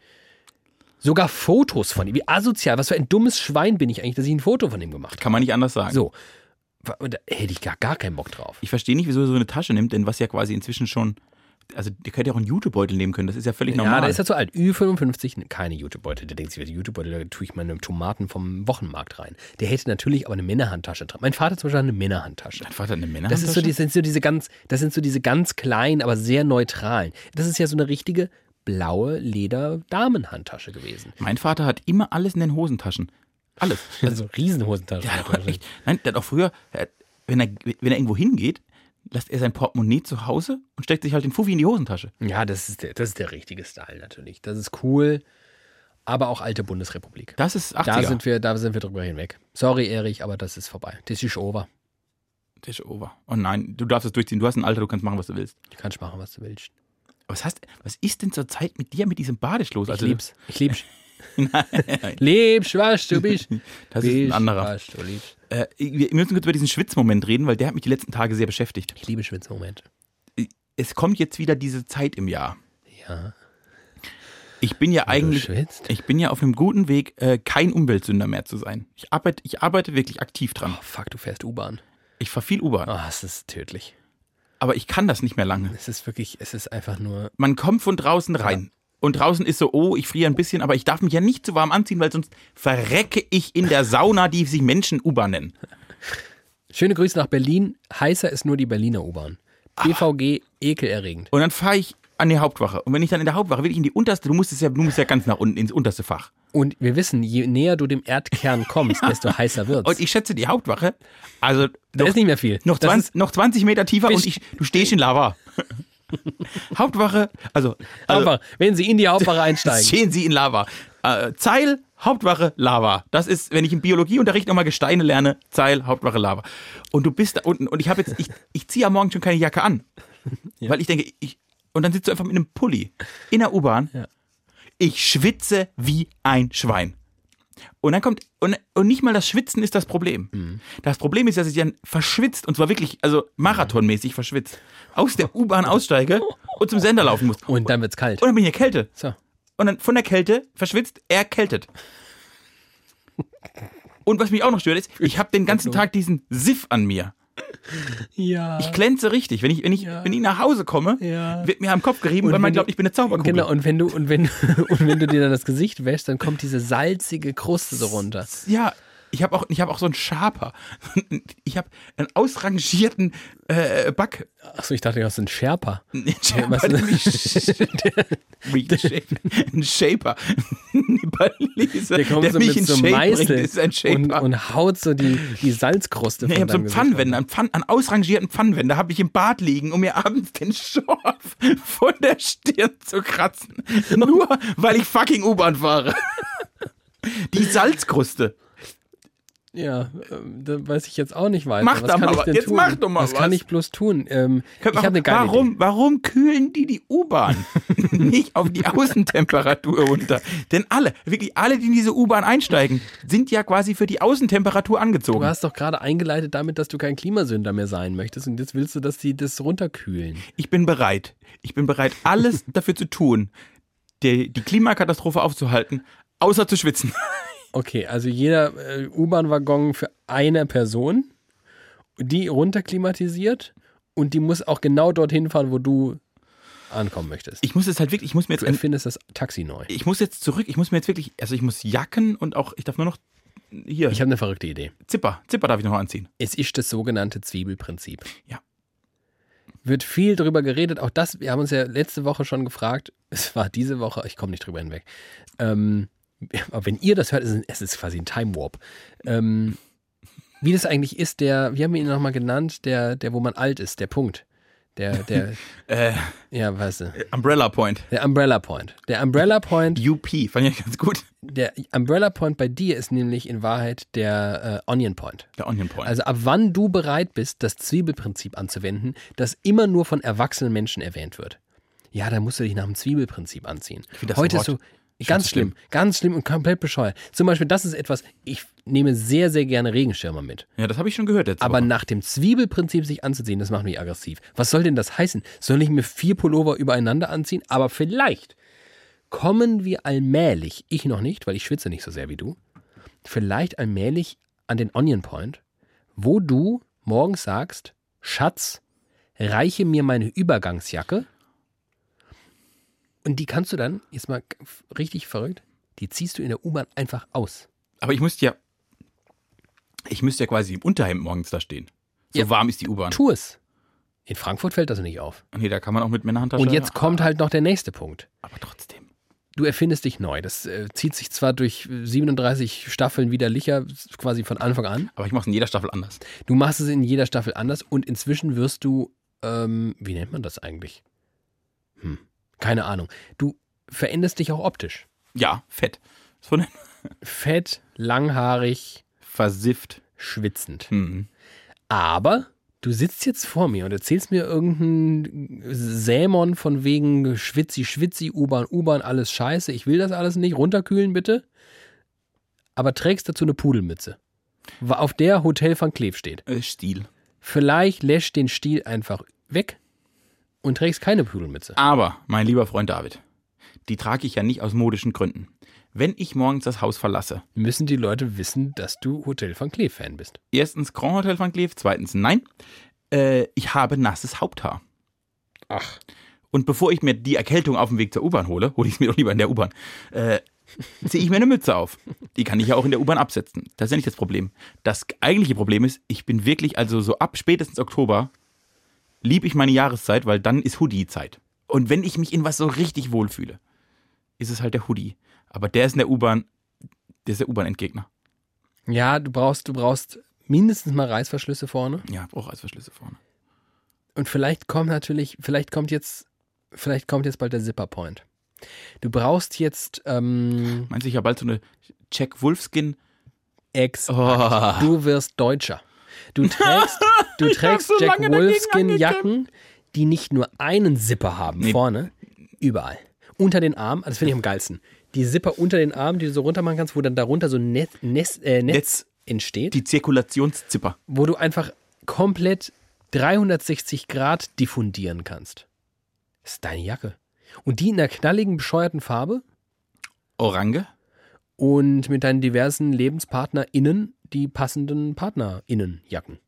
sogar Fotos von ihm. Wie asozial, was für ein dummes Schwein bin ich eigentlich, dass ich ein Foto von ihm gemacht habe. Kann man nicht anders sagen. So. Wa- und Da hätte ich gar, gar keinen Bock drauf. Ich verstehe nicht, wieso er so eine Tasche nimmt, denn was ja quasi inzwischen schon. Also, ihr könnt ja auch einen Jutebeutel nehmen können, das ist ja völlig normal. Ja, da ist er zu alt. Ü55, ne, keine Jutebeutel. Der denkt sich, Jutebeutel, da tue ich meine Tomaten vom Wochenmarkt rein. Der hätte natürlich aber eine Männerhandtasche dran. Mein Vater zum Beispiel hat eine Männerhandtasche. Dein Vater hat eine Männer. Das, ist so, die- das, sind so diese ganz, das sind so diese ganz kleinen, aber sehr neutralen. Das ist ja so eine richtige blaue Leder-Damenhandtasche gewesen. mein Vater hat immer alles in den Hosentaschen. Alles. *laughs* Also so Riesenhosentaschen. Der hat auch echt, nein, der hat auch früher, er hat- wenn er, wenn er irgendwo hingeht, lässt er sein Portemonnaie zu Hause und steckt sich halt den Fuffi in die Hosentasche. ja, das ist, der, das ist der richtige Style natürlich. Das ist cool, aber auch alte Bundesrepublik. Das ist 80er. Da sind, wir, da sind wir drüber hinweg. Sorry, Erich, aber das ist vorbei. Das ist over. Tisch over. Oh nein, du darfst es durchziehen. Du hast ein Alter, du kannst machen, was du willst. Du kannst machen, was du willst. Was heißt, was ist denn zur Zeit mit dir, mit diesem Badeschloss? Ich Also, lieb's. *laughs* Ich lieb's. *laughs* liebst, was du bist. Das ist ein Bist, anderer. Was du liebst. Äh, wir wir müssen kurz über diesen Schwitzmoment reden, weil der hat mich die letzten Tage sehr beschäftigt. Ich liebe Schwitzmomente. Es kommt jetzt wieder diese Zeit im Jahr. Ja. Ich bin ja eigentlich, schwitzt? ich bin ja auf einem guten Weg, äh, kein Umweltsünder mehr zu sein. Ich arbeite, ich arbeite wirklich aktiv dran. Oh, fuck, du fährst U-Bahn. Ich fahr viel U-Bahn, Oh, es ist tödlich. aber ich kann das nicht mehr lange. Es ist wirklich, es ist einfach nur. man kommt von draußen rein. Und draußen ist so, oh, ich friere ein bisschen, aber ich darf mich ja nicht zu warm anziehen, weil sonst verrecke ich in der Sauna, die sich Menschen U-Bahn nennen. Schöne Grüße nach Berlin. Heißer ist nur die Berliner U-Bahn. Ah. BVG, ekelerregend. Und dann fahre ich an die Hauptwache. Und wenn ich dann in der Hauptwache will ich in die unterste, du musst es ja, du musst ja ganz nach unten ins unterste Fach. Und wir wissen, je näher du dem Erdkern *laughs* kommst, desto heißer wird's. Und ich schätze die Hauptwache, also da noch- ist nicht mehr viel. Noch Das 20, noch 20 Meter tiefer Fisch- und ich, du stehst in *laughs* Lava. Hauptwache, also, also Hauptwache. wenn sie in die Hauptwache einsteigen. stehen sie in Lava. Äh, Zeil, Hauptwache, Lava. Das ist, wenn ich im Biologieunterricht nochmal Gesteine lerne, Zeil, Hauptwache, Lava. Und du bist da unten und ich habe jetzt, ich, ich ziehe am Morgen schon keine Jacke an. Weil ich denke, ich, und dann sitzt du einfach mit einem Pulli in der U-Bahn. Ja. Ich schwitze wie ein Schwein. Und dann kommt, und, und nicht mal das Schwitzen ist das Problem. Mhm. Das Problem ist, dass ich dann verschwitzt, und zwar wirklich, also marathonmäßig verschwitzt, aus der U-Bahn aussteige und zum Sender laufen muss. Und dann wird's kalt. Und dann bin ich in der Kälte. So. Und dann von der Kälte verschwitzt, erkältet. Und was mich auch noch stört ist, ich habe den ganzen Tag diesen Siff an mir. Ja. Ich glänze richtig. Wenn ich, wenn ich, wenn ich nach Hause komme, Ja. wird mir am Kopf gerieben, weil wenn man du- glaubt, ich bin eine Zauberkugel. Genau, und wenn du, *laughs* und wenn, und wenn du dir dann das Gesicht wäschst, dann kommt diese salzige Kruste so runter. Ja, ich habe auch, ich hab auch so einen Schaper. *laughs* Ich habe einen ausrangierten äh, *laughs* Back. Achso, ich dachte, du hast einen Sherpa. Einen Schaper, was- der *laughs* mich- halt Wie ein Shaper. Ein Shaper. *laughs* Ein Balinese, Der kommt so mich mit ins so einem Shape Meißel bringt, ist ein Shaper. und, und haut so die, die Salzkruste Nee, ich habe von so einen deinem Gesicht. Pfannenwender, einen, Pfann, einen ausrangierten Pfannenwender habe ich im Bad liegen, um mir abends den Schorf *laughs* von der Stirn zu kratzen. *laughs* Nur weil ich fucking U-Bahn fahre. Die Salzkruste. Ja, ähm, da weiß ich jetzt auch nicht weiter. Mach was da kann mal ich was. denn Jetzt tun? mach doch mal was. kann was. ich bloß tun? Ähm, ich Warum, habe eine geile warum, Idee. warum kühlen die die *laughs* U-Bahn nicht auf die Außentemperatur runter? Denn alle, wirklich alle, die in diese U-Bahn einsteigen, sind ja quasi für die Außentemperatur Du angezogen. hast doch gerade eingeleitet damit, dass du kein Klimasünder mehr sein möchtest und jetzt willst du, dass die das runterkühlen. Ich bin bereit. Ich bin bereit, *laughs* alles dafür zu tun, die, die Klimakatastrophe aufzuhalten, außer zu schwitzen. Okay, also jeder äh, U-Bahn-Waggon für eine Person, die runterklimatisiert und die muss auch genau dorthin fahren, wo du ankommen möchtest. Ich muss jetzt halt wirklich, ich muss mir jetzt, du erfindest das Taxi neu. ich muss jetzt zurück, ich muss mir jetzt wirklich, also ich muss Jacken und auch, ich darf nur noch hier, Ich habe eine verrückte Idee. Zipper, Zipper darf ich noch anziehen. Es ist das sogenannte Zwiebelprinzip. Ja. Wird viel drüber geredet. Auch das, wir haben uns ja letzte Woche schon gefragt. Es war diese Woche, ich komme nicht drüber hinweg. Ähm, aber wenn ihr das hört, ist es- es ist quasi ein Time Warp. Ähm, wie das eigentlich ist, der, wir haben ihn nochmal genannt, der, der, wo man alt ist, der Punkt. Der, der, *laughs* Äh, ja, weißt du. Umbrella Point. Der Äh, Umbrella Point. Der Umbrella Point UP, fand ich ganz gut. der Umbrella Point bei dir ist nämlich in Wahrheit der äh, Onion Point. Der Onion Point. Also ab wann du bereit bist, das Zwiebelprinzip anzuwenden, das immer nur von erwachsenen Menschen erwähnt wird. Ja, dann musst du dich nach dem Zwiebelprinzip anziehen. finde das Heute Wort ist so ganz das schlimm, schlimm. ganz schlimm und komplett bescheuert. Zum Beispiel, das ist etwas, ich nehme sehr, sehr gerne Regenschirme mit. ja, das habe ich schon gehört jetzt. Aber Woche. nach dem Zwiebelprinzip sich anzuziehen, das macht mich aggressiv. Was soll denn das heißen? Soll ich mir vier Pullover übereinander anziehen? Aber vielleicht kommen wir allmählich, ich noch nicht, weil ich schwitze nicht so sehr wie du, vielleicht allmählich an den Onion Point, wo du morgens sagst, Schatz, reiche mir meine Übergangsjacke. Und die kannst du dann, jetzt mal richtig verrückt, die ziehst du in der U-Bahn einfach aus. Aber ich müsste ja, ich müsste ja quasi im Unterhemd morgens da stehen. So Ja. warm ist die U-Bahn. Ah, Tu es. In Frankfurt fällt das nicht auf. Nee, da kann man auch mit Männerhandtasche. Und jetzt kommt halt noch der nächste Punkt. Aber trotzdem. Du erfindest dich neu. Das äh, zieht sich zwar durch 37 Staffeln wieder Licher, quasi von Anfang an. Aber ich mache es in jeder Staffel anders. Du machst es in jeder Staffel anders und inzwischen wirst du, ähm, wie nennt man das eigentlich? Hm, keine Ahnung. Du veränderst dich auch optisch. Ja, fett. So eine Fett, langhaarig, Versifft. schwitzend. Mhm. Aber du sitzt jetzt vor mir und erzählst mir irgendeinen Sämon von wegen Schwitzi, Schwitzi, U-Bahn, U-Bahn, alles scheiße. Ich will das alles nicht. Runterkühlen bitte. Aber trägst dazu eine Pudelmütze, wa- auf der Hotel van Kleef steht. Äh, Stil. Vielleicht lässt den Stiel einfach weg und trägst keine Pudelmütze. Aber, mein lieber Freund David, die trage ich ja nicht aus modischen Gründen. Wenn ich morgens das Haus verlasse, Müssen die Leute wissen, dass du Hotel van Kleef-Fan bist. erstens Grand Hotel van Cleef, zweitens nein, äh, ich habe nasses Haupthaar. Ach. Und bevor ich mir die Erkältung auf dem Weg zur U-Bahn hole, hole ich es mir doch lieber in der U-Bahn, äh, ziehe ich mir eine Mütze auf. Die kann ich ja auch in der U-Bahn absetzen. Das ist ja nicht das Problem. Das eigentliche Problem ist, ich bin wirklich, also so ab spätestens Oktober, liebe ich meine Jahreszeit, weil dann ist Hoodie-Zeit. Und wenn ich mich in was so richtig wohlfühle, ist es halt der Hoodie. Aber der ist in der U-Bahn, der ist der U-Bahn-Entgegner. Ja, du brauchst, du brauchst mindestens mal Reißverschlüsse vorne. Ja, braucht Reißverschlüsse vorne. Und vielleicht kommt natürlich, vielleicht kommt jetzt, vielleicht kommt jetzt bald der Zipper Point. Du brauchst jetzt ähm, Meinst du, ich habe bald so eine Jack Wolfskin? Ex. Oh. Du wirst Deutscher. *laughs* Du trägst, du trägst so Jack lange dagegen Wolfskin-Jacken, die nicht nur einen Zipper haben, Nee. vorne, überall. Unter den Arm, das finde ich am geilsten. Die Zipper unter den Arm, die du so runter machen kannst, wo dann darunter so ein Net, Nes- äh, Netz Netz. entsteht, Die Zirkulationszipper. wo du einfach komplett 360 Grad diffundieren kannst. Das ist deine Jacke. Und die in der knalligen, bescheuerten Farbe Orange? und mit deinen diversen LebenspartnerInnen die passenden PartnerInnenjacken.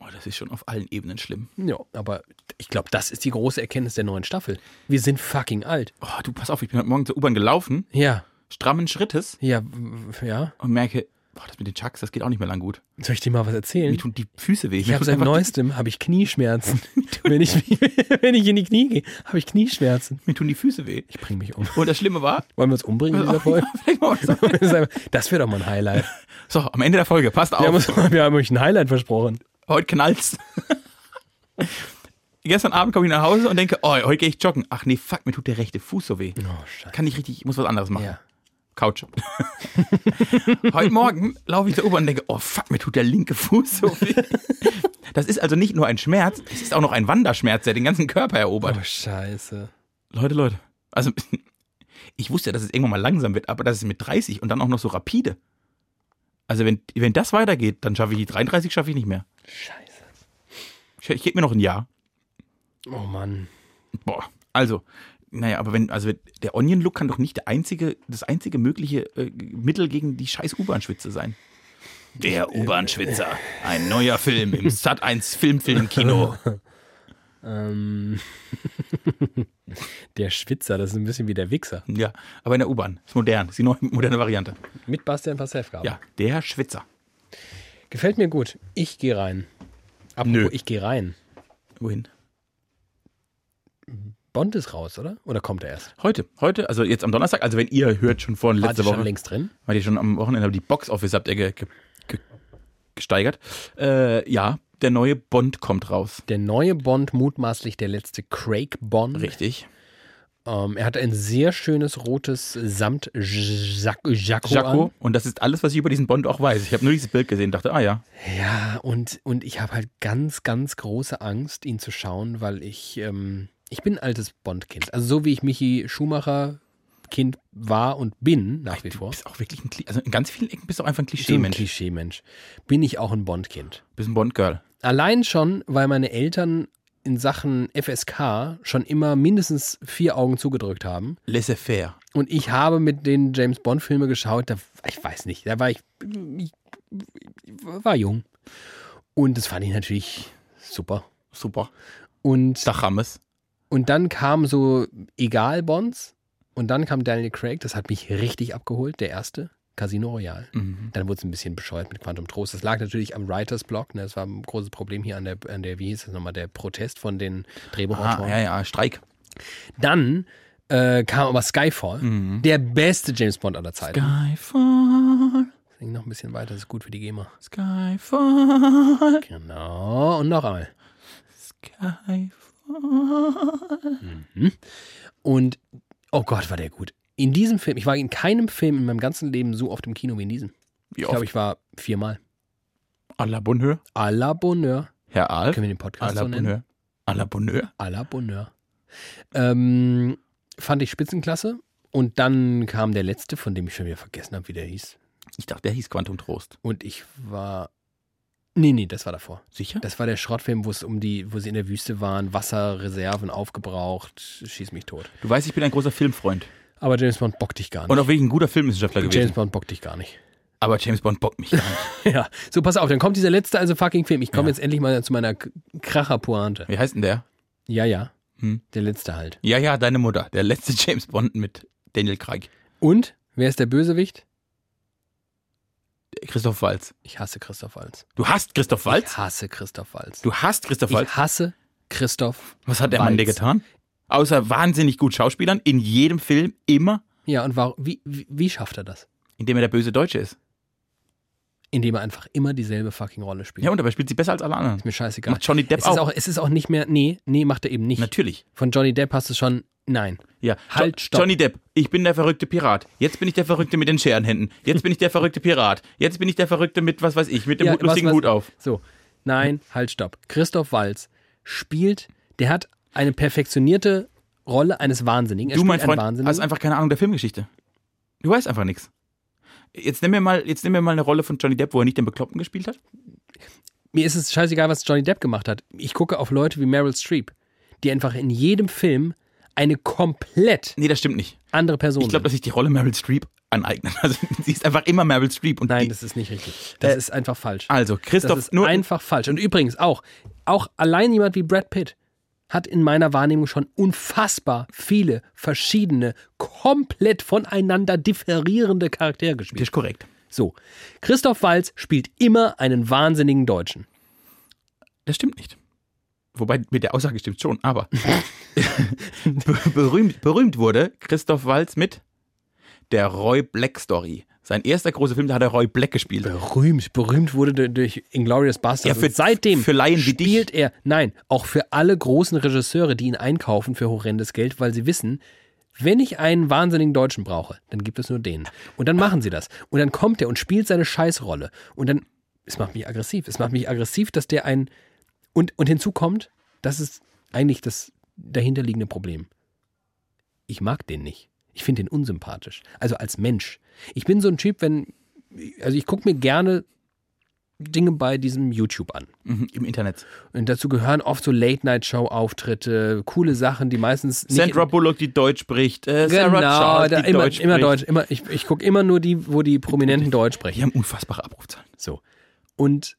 Oh, das ist schon auf allen Ebenen schlimm. Ja, aber ich glaube, das ist die große Erkenntnis der neuen Staffel. Wir sind fucking alt. Oh, du, pass auf, ich bin heute Morgen zur U-Bahn gelaufen, Ja, strammen Schrittes ja, w- ja. und merke, boah, das mit den Chucks, das geht auch nicht mehr lang gut. Soll ich dir mal was erzählen? Mir tun die Füße weh. Ich habe seit neuestem habe ich Knieschmerzen. wenn, ich, *laughs* wenn ich in die Knie gehe, habe ich Knieschmerzen. Mir tun die Füße weh. Ich bringe mich um. Und das Schlimme war, Wollen wir uns *laughs* umbringen in *laughs* dieser Folge? vielleicht machen wir das. *laughs* Das wäre doch mal ein Highlight. so, am Ende der Folge, passt Wir haben, auf, uns, wir haben euch ein Highlight versprochen. heute knallt's. *laughs* Gestern Abend komme ich nach Hause und denke, oh, heute gehe ich joggen. Ach nee, fuck, mir tut der rechte Fuß so weh. Oh, Scheiße. Kann ich richtig, ich muss was anderes machen. Ja. *laughs* Couch. Heute Morgen laufe ich zur U-Bahn und denke, oh fuck, mir tut der linke Fuß so weh. Das ist also nicht nur ein Schmerz, es ist auch noch ein Wanderschmerz, der den ganzen Körper erobert. Oh, Scheiße. Leute, Leute. Also, ich wusste ja, dass es irgendwann mal langsam wird, aber das ist mit 30 und dann auch noch so rapide. Also, wenn, wenn das weitergeht, dann schaffe ich die 33, schaffe ich nicht mehr. Scheiße. Ich, ich gebe mir noch ein Jahr. Oh Mann. Boah, also, naja, aber wenn, also der Onion-Look kann doch nicht der einzige, das einzige mögliche äh, Mittel gegen die scheiß U-Bahn-Schwitze sein. Der U-Bahn-Schwitzer. Ein neuer Film im Sat 1 *laughs* Filmfilmkino. Ähm, *laughs* der Schwitzer, das ist ein bisschen wie der Wichser. Ja, aber in der U-Bahn. Ist modern. Ist die neue moderne Variante. Mit Bastian Pasewka. aber. Ja, der Schwitzer. Gefällt mir gut. Ich gehe rein. Apropos, Nö. ich gehe rein. Wohin? Bond ist raus, oder? Oder kommt er erst? Heute, heute, also jetzt am Donnerstag, also wenn ihr hört schon von War letzter die schon Woche, längst drin? weil ihr schon am Wochenende die Box Office habt ihr ge, ge, ge, gesteigert. Äh, ja, der neue Bond kommt raus. Der neue Bond, mutmaßlich der letzte Craig Bond. Richtig. Ähm, er hat ein sehr schönes rotes samt Jacko an. Jaco, und das ist alles, was ich über diesen Bond auch weiß. Ich habe nur dieses Bild gesehen und dachte, ah ja, Ja, und, und ich habe halt ganz, ganz große Angst, ihn zu schauen, weil ich, ähm, ich bin ein altes Bond-Kind. Also so wie ich Michi Schumacher Kind war und bin nach wie du vor. bist auch wirklich ein Klischee. Also in ganz vielen Ecken bist du auch einfach ein So ein Klischee-Mensch. Klischee-Mensch. Bin ich auch ein Bond-Kind. bist ein Bond-Girl. Allein schon, weil meine Eltern in Sachen FSK schon immer mindestens vier Augen zugedrückt haben. Laissez-faire. Und ich habe mit den James Bond-Filmen geschaut, da, ich weiß nicht, da war ich, ich, ich war jung. Und das fand ich natürlich super. Super. Und, Dachames. und dann kam so Egal Bonds und dann kam Daniel Craig, das hat mich richtig abgeholt, der erste, Casino Royale. Mhm. Dann wurde es ein bisschen bescheuert mit Quantum Trost. Das lag natürlich am Writers Block, ne? das war ein großes Problem hier an der, an der wie hieß das nochmal, der Protest von den Ah, Drehbuchautoren. ja, ja, Streik. Dann äh, kam aber Skyfall, der beste James Bond aller Zeiten. Skyfall, Sing noch ein bisschen weiter, das ist gut für die GEMA. Skyfall, Genau, und noch einmal. Skyfall. Und, oh Gott, war der gut. In diesem Film, ich war in keinem Film in meinem ganzen Leben so oft im Kino wie in diesem. Wie Ich oft? glaube, ich war viermal. À la Bonheur. A la Bonheur. Herr Aal. Können wir den À Podcast la so nennen? Bonheur. À la Bonheur. A la Bonheur. Ähm, fand ich Spitzenklasse. Und dann kam der letzte, von dem ich schon wieder vergessen habe, wie der hieß. Ich dachte, der hieß Quantum Trost. Und ich war. Nee, nee, das war davor. Sicher? Das war der Schrottfilm, wo es um die, wo sie in der Wüste waren, Wasserreserven aufgebraucht, schieß mich tot. Du weißt, ich bin ein großer Filmfreund. Aber James Bond bockt dich gar nicht. Und auch wirklich ein guter Filmwissenschaftler gewesen. James Bond bockt dich gar nicht. *laughs* Aber James Bond bockt mich. Ja, so pass auf, dann kommt dieser letzte, also fucking Film. Ich komme jetzt endlich mal zu meiner K- Kracher-Pointe. Wie heißt denn der? Ja, ja. Hm. Der letzte halt. Ja, ja, deine Mutter. Der letzte *laughs* James Bond mit Daniel Craig. Und, wer ist der Bösewicht? Christoph Walz. Ich hasse Christoph Walz. Du hast Christoph Walz? Ich hasse Christoph Walz. Du hast Christoph Walz? Ich hasse Christoph. Was hat der Mann Walz. dir getan? Außer wahnsinnig gut Schauspielern, in jedem Film, immer, Ja, und warum, wie, wie, wie schafft er das? indem er der böse Deutsche ist. Indem er einfach immer dieselbe fucking Rolle spielt. Ja, und dabei spielt sie besser als alle anderen. Ist mir scheißegal. Macht Johnny Depp Es ist auch. auch, es ist auch nicht mehr, nee, nee, macht er eben nicht. Natürlich. Von Johnny Depp hast du schon, nein. Ja. Halt, jo stopp. Johnny Depp, ich bin der verrückte Pirat. Jetzt bin ich der Verrückte mit den Scherenhänden. Jetzt bin ich der verrückte Pirat. Jetzt bin ich der Verrückte mit, was weiß ich, mit dem Ja, Hut- lustigen was- was- Hut auf. So, nein, halt, stopp. Christoph Walz spielt, der hat eine perfektionierte Rolle eines Wahnsinnigen. Er Du, spielt mein Freund, einen Wahnsinnigen. hast einfach keine Ahnung der Filmgeschichte. Du weißt einfach nichts. Jetzt nimm mir mal, jetzt nimm mir mal eine Rolle von Johnny Depp, wo er nicht den Bekloppten gespielt hat. Mir ist es scheißegal, was Johnny Depp gemacht hat. Ich gucke auf Leute wie Meryl Streep, die einfach in jedem Film eine komplett Nee, das stimmt nicht. andere Person Ich glaube, dass sich die Rolle Meryl Streep aneignen. *laughs* Also sie ist einfach immer Meryl Streep. Und Nein, die, das ist nicht richtig. Das Äh, ist einfach falsch. also Christoph, das ist nur einfach falsch. Und übrigens auch, auch allein jemand wie Brad Pitt hat in meiner Wahrnehmung schon unfassbar viele verschiedene, komplett voneinander differierende Charaktere das gespielt. ist korrekt. So, Christoph Walz spielt immer einen wahnsinnigen Deutschen. Das stimmt nicht. Wobei mit der Aussage stimmt schon, *laughs* aber *laughs* Be- berühmt, berühmt wurde Christoph Walz mit der Roy Black Story. Sein erster großer Film, da hat er Roy Black gespielt. Berühmt, berühmt wurde du- durch Inglourious Basterds. Ja, für- Und seitdem für Laien wie dich. spielt er, nein, auch für alle großen Regisseure, die ihn einkaufen für horrendes Geld, weil sie wissen, wenn ich einen wahnsinnigen Deutschen brauche, dann gibt es nur den. Und dann machen sie das. Und dann kommt er und spielt seine Scheißrolle. Und dann, es macht mich aggressiv. Es macht mich aggressiv, dass der ein, und, und hinzu kommt, das ist eigentlich das dahinterliegende Problem. Ich mag den nicht. Ich finde den unsympathisch. Also als Mensch. Ich bin so ein Typ, wenn, also ich gucke mir gerne Dinge bei diesem YouTube an. Mhm, Im Internet. Und dazu gehören oft so Late-Night-Show-Auftritte, coole Sachen, die meistens nicht Sandra Bullock, die Deutsch spricht. Äh, in, Sarah genau, Charles, da die immer, Deutsch immer spricht. Deutsch, immer ich, ich gucke immer nur die, wo die Prominenten Deutsch Die sprechen. haben unfassbare Abrufzahlen. So. Und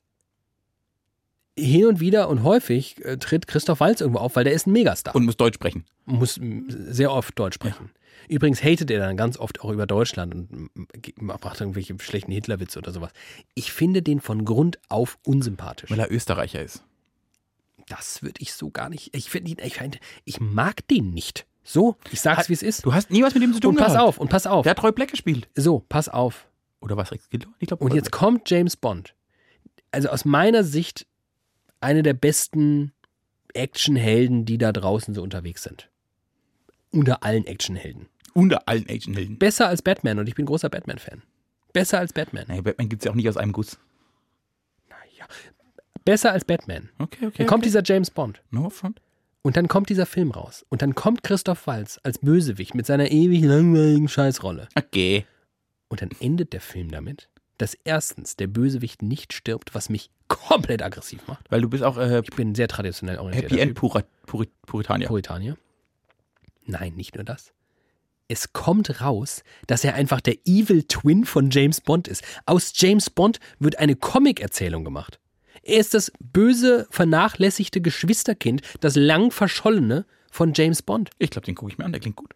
hin und wieder und häufig äh, tritt Christoph Walz irgendwo auf, weil der ist ein Megastar. Und muss Deutsch sprechen. muss m, sehr oft Deutsch sprechen. Übrigens hatet er dann ganz oft auch über Deutschland und m, ge- macht irgendwelche schlechten Hitlerwitze oder sowas. Ich finde den von Grund auf unsympathisch. Weil er Österreicher ist. Das würde ich so gar nicht. Ich finde ihn, ich, find, ich mag den nicht. So, ich sag's wie es ist. Du hast nie was mit ihm zu tun Und pass gehabt. auf, und pass auf. Der hat Roy Black gespielt. So, pass auf. Oder was, Rex Gildo? Ich glaube, Und jetzt kommt James Bond. Also aus meiner Sicht eine der besten Actionhelden, die da draußen so unterwegs sind. Unter allen Actionhelden. unter allen Actionhelden. Besser als Batman und ich bin großer Batman-Fan. Besser als Batman. Naja, Batman gibt es ja auch nicht aus einem Guss. Besser als Batman. Okay, okay. Dann kommt dieser James Bond. No front. Und dann kommt dieser Film raus. Und dann kommt Christoph Walz als Bösewicht mit seiner ewig langweiligen Scheißrolle. Okay. Und dann endet der Film damit, dass erstens der Bösewicht nicht stirbt, was mich komplett aggressiv macht. Weil du bist auch äh, Ich bin sehr traditionell orientiert. Happy End Pura, Puri, Puritanier. Puritanier. Nein, nicht nur das. Es kommt raus, dass er einfach der Evil Twin von James Bond ist. Aus James Bond wird eine Comic-Erzählung gemacht. Er ist das böse, vernachlässigte Geschwisterkind, das lang verschollene von James Bond. Ich glaube, den gucke ich mir an, der klingt gut.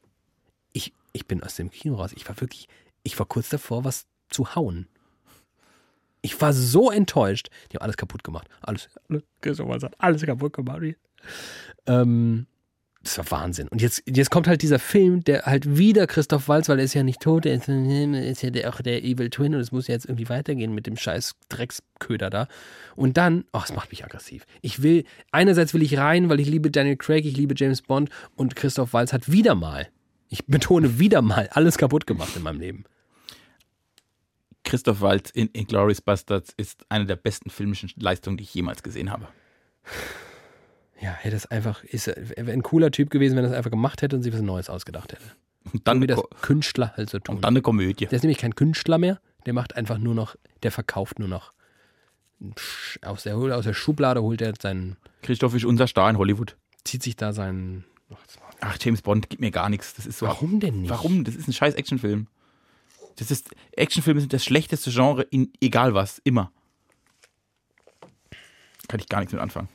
Ich, ich bin aus dem Kino raus. Ich war wirklich, ich war kurz davor, was zu hauen. Ich war so enttäuscht. Die haben alles kaputt gemacht. Alles, alles, Christoph hat alles kaputt gemacht. Ähm, das war Wahnsinn. Und jetzt, jetzt kommt halt dieser Film, der halt wieder Christoph Walz, weil er ist ja nicht tot, er ist, er ist ja der, auch der Evil Twin und es muss ja jetzt irgendwie weitergehen mit dem scheiß Drecksköder da. Und dann, ach, es macht mich aggressiv. Ich will, einerseits will ich rein, weil ich liebe Daniel Craig, ich liebe James Bond und Christoph Walz hat wieder mal, ich betone wieder mal, alles kaputt gemacht in meinem Leben. Christoph Waltz in Inglourious Bastards ist eine der besten filmischen Leistungen, die ich jemals gesehen habe. Ja, hätte es einfach, ist, er wäre ein cooler Typ gewesen, wenn er es einfach gemacht hätte und sich was Neues ausgedacht hätte. Und dann, Wie eine, das Ko- Künstler halt so tun. und dann eine Komödie. Der ist nämlich kein Künstler mehr, der macht einfach nur noch, der verkauft nur noch. Sch- Aus der, aus der Schublade holt er seinen, Christoph ist unser Star in Hollywood. zieht sich da seinen. Ach, das war- Ach, James Bond gibt mir gar nichts. Das ist so. Warum denn nicht? Warum? Das ist ein scheiß Actionfilm. Das ist, Actionfilme sind das schlechteste Genre in egal was, immer. Kann ich gar nichts mit anfangen.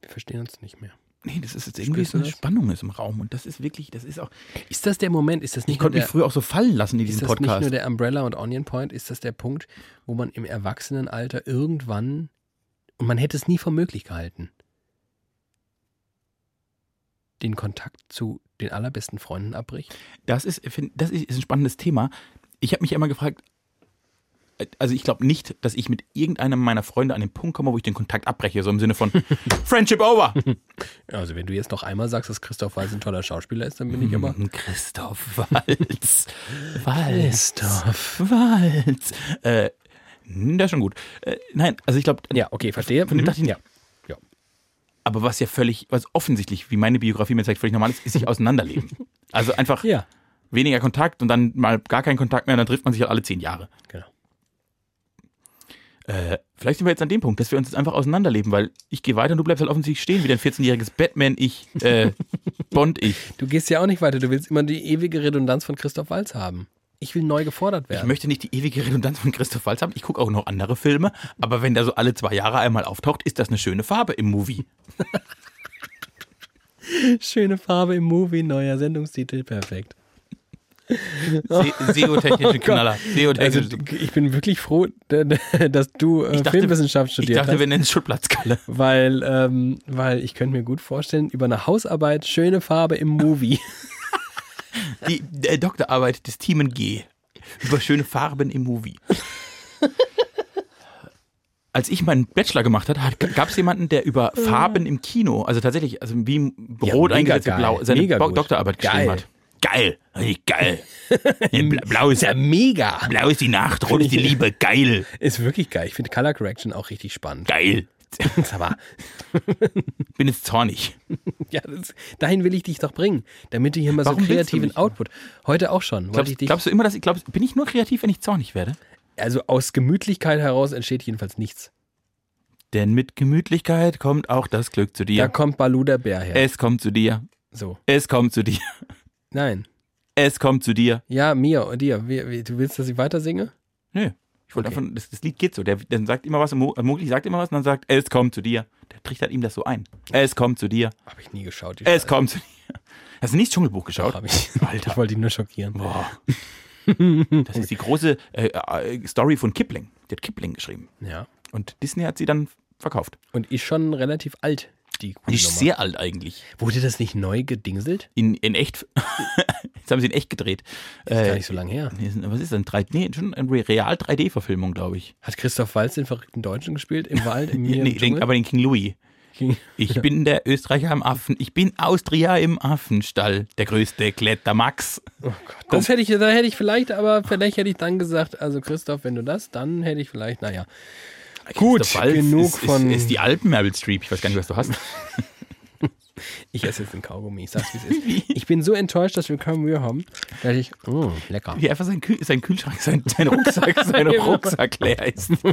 Wir verstehen uns nicht mehr. Nee, das ist jetzt irgendwie Spürst so du eine das? Spannung ist im Raum und das ist wirklich, das ist auch. Ist das der Moment? Ist das Ich nicht, nur konnte mich der, früher auch so fallen lassen in ist diesem das nicht nur Podcast. der Umbrella und Onion Point? Ist das der Punkt, wo man im Erwachsenenalter irgendwann. Und man hätte es nie für möglich gehalten, den Kontakt zu den allerbesten Freunden abbricht? Das ist, find- das ist ist ein spannendes Thema. Ich habe mich immer gefragt, äh, also ich glaube nicht, dass ich mit irgendeinem meiner Freunde an den Punkt komme, wo ich den Kontakt abbreche, so im Sinne *laughs* von Friendship over. Also, wenn du jetzt noch einmal sagst, dass Christoph Weiß ein toller Schauspieler ist, dann bin *laughs* ich aber. Christoph Walz. Walz. Christoph. Walz. Äh, hm, der ist schon gut. Äh, nein, also ich glaube, Ja, okay, verstehe. Von dem dachte ich- ja. ja. aber was ja völlig, was offensichtlich, wie meine Biografie mir zeigt, völlig normal ist, ist sich *laughs* auseinanderleben. Also einfach Ja. weniger Genau. Kontakt und dann mal gar keinen Kontakt mehr und dann trifft man sich halt alle zehn Jahre. Genau. Äh, vielleicht sind wir jetzt an dem Punkt, dass wir uns jetzt einfach auseinanderleben, weil ich gehe weiter und du bleibst halt offensichtlich stehen, wie dein 14-jähriges Batman-Ich, *laughs* äh, Bond-Ich. Du gehst ja auch nicht weiter. Du willst immer die ewige Redundanz von Christoph Walz haben. Ich will neu gefordert Ich werden. möchte nicht die ewige Redundanz von Christoph Waltz haben. Ich gucke auch noch andere Filme, aber wenn der so alle zwei Jahre einmal auftaucht, ist das eine schöne Farbe im *laughs* Movie. Schöne Farbe im Movie, neuer Sendungstitel, perfekt. Se- SEO-technische Knaller. Oh Also, SEO-technische. ich bin wirklich froh, *laughs* d- d- dass du äh, Filmwissenschaft Ich studiert dachte, wir hast, nennen es Schuttplatzkalle. weil, ähm, weil ich könnte mir gut vorstellen, über eine Hausarbeit schöne Farbe im Movie. Die äh, Doktorarbeit des Teamen G über schöne Farben im *laughs* Movie. Als ich meinen Bachelor gemacht hatte, gab es jemanden, der über Farben im Kino, also tatsächlich, also wie im Ja, Rot mega eingesetzt geil. Blau, seine Mega Bo- gut. Doktorarbeit Geil. geschrieben hat. Geil, richtig *laughs* geil. *laughs* Ja, bla- Blau ist, mega. blau ist die Nacht, rot ist *laughs* die Liebe, geil, Ist wirklich geil. Ich finde Color Correction auch richtig spannend. geil. Aber Bin jetzt zornig. *laughs* ja, das, dahin will ich dich doch bringen, damit du hier mal Warum so willst du kreativen mich? Output. Heute auch schon. Wollte ich Glaubst, dich, glaubst du immer, dass ich, glaubst, bin ich nur kreativ, wenn ich zornig werde? also aus Gemütlichkeit heraus entsteht jedenfalls nichts. Denn mit Gemütlichkeit kommt auch das Glück zu dir. Da kommt Balu der Bär her. Es kommt zu dir. so. Es kommt zu dir. Nein. Es kommt zu dir. Ja, mir und dir. Wir, wir, du willst, dass ich weiter singe? Nö. Ich wollte Okay. davon, das, das Lied geht so. Der, der sagt immer was, Mo- Mowgli sagt immer was und dann sagt, es kommt zu dir. Der trichtert ihm das so ein. Es kommt zu dir. Habe ich nie geschaut. Die Es kommt zu dir. Hast du nicht das Dschungelbuch Scheiße. geschaut? Hab ich. *laughs* Alter. Ich wollte ihn nur schockieren. Boah. *laughs* Das ist die große äh, äh, Story von Kipling. Der hat Kipling geschrieben. Ja. Und Disney hat sie dann verkauft. Und ist schon relativ alt, die Die gute ist Nummer. sehr alt eigentlich. Wurde das nicht neu gedingselt? In, in echt. *laughs* Jetzt haben sie in echt gedreht. Das Äh, ist gar nicht so lange her. Nee, sind- was ist denn? 3D, nee, schon eine real 3D-Verfilmung, glaube ich. Hat Christoph Walz den verrückten Deutschen gespielt? Im *laughs* Wald, im Meer, Nee, im den, Dschungel? aber den King Louis. King- Ich bin der Österreicher im Affen. Ich bin Austria im Affenstall. Der größte Klettermax. Oh Gott, das hätte ich, da hätte ich vielleicht, aber vielleicht hätte ich dann gesagt, also Christoph, wenn du das, dann hätte ich vielleicht, naja. Gut, Christoph Waltz genug ist, von- Ist, ist die Alpen Meryl Streep. Ich weiß gar nicht, was du hast. Ich esse jetzt einen Kaugummi, ich sag's wie es *laughs* ist. Ich bin so enttäuscht, dass wir kaum Mühe haben, dass ich, oh, *laughs* lecker. Wie einfach sein, Kühl sein Kühlschrank, *laughs* sein, sein Rucksack, sein Rucksack leer ist. so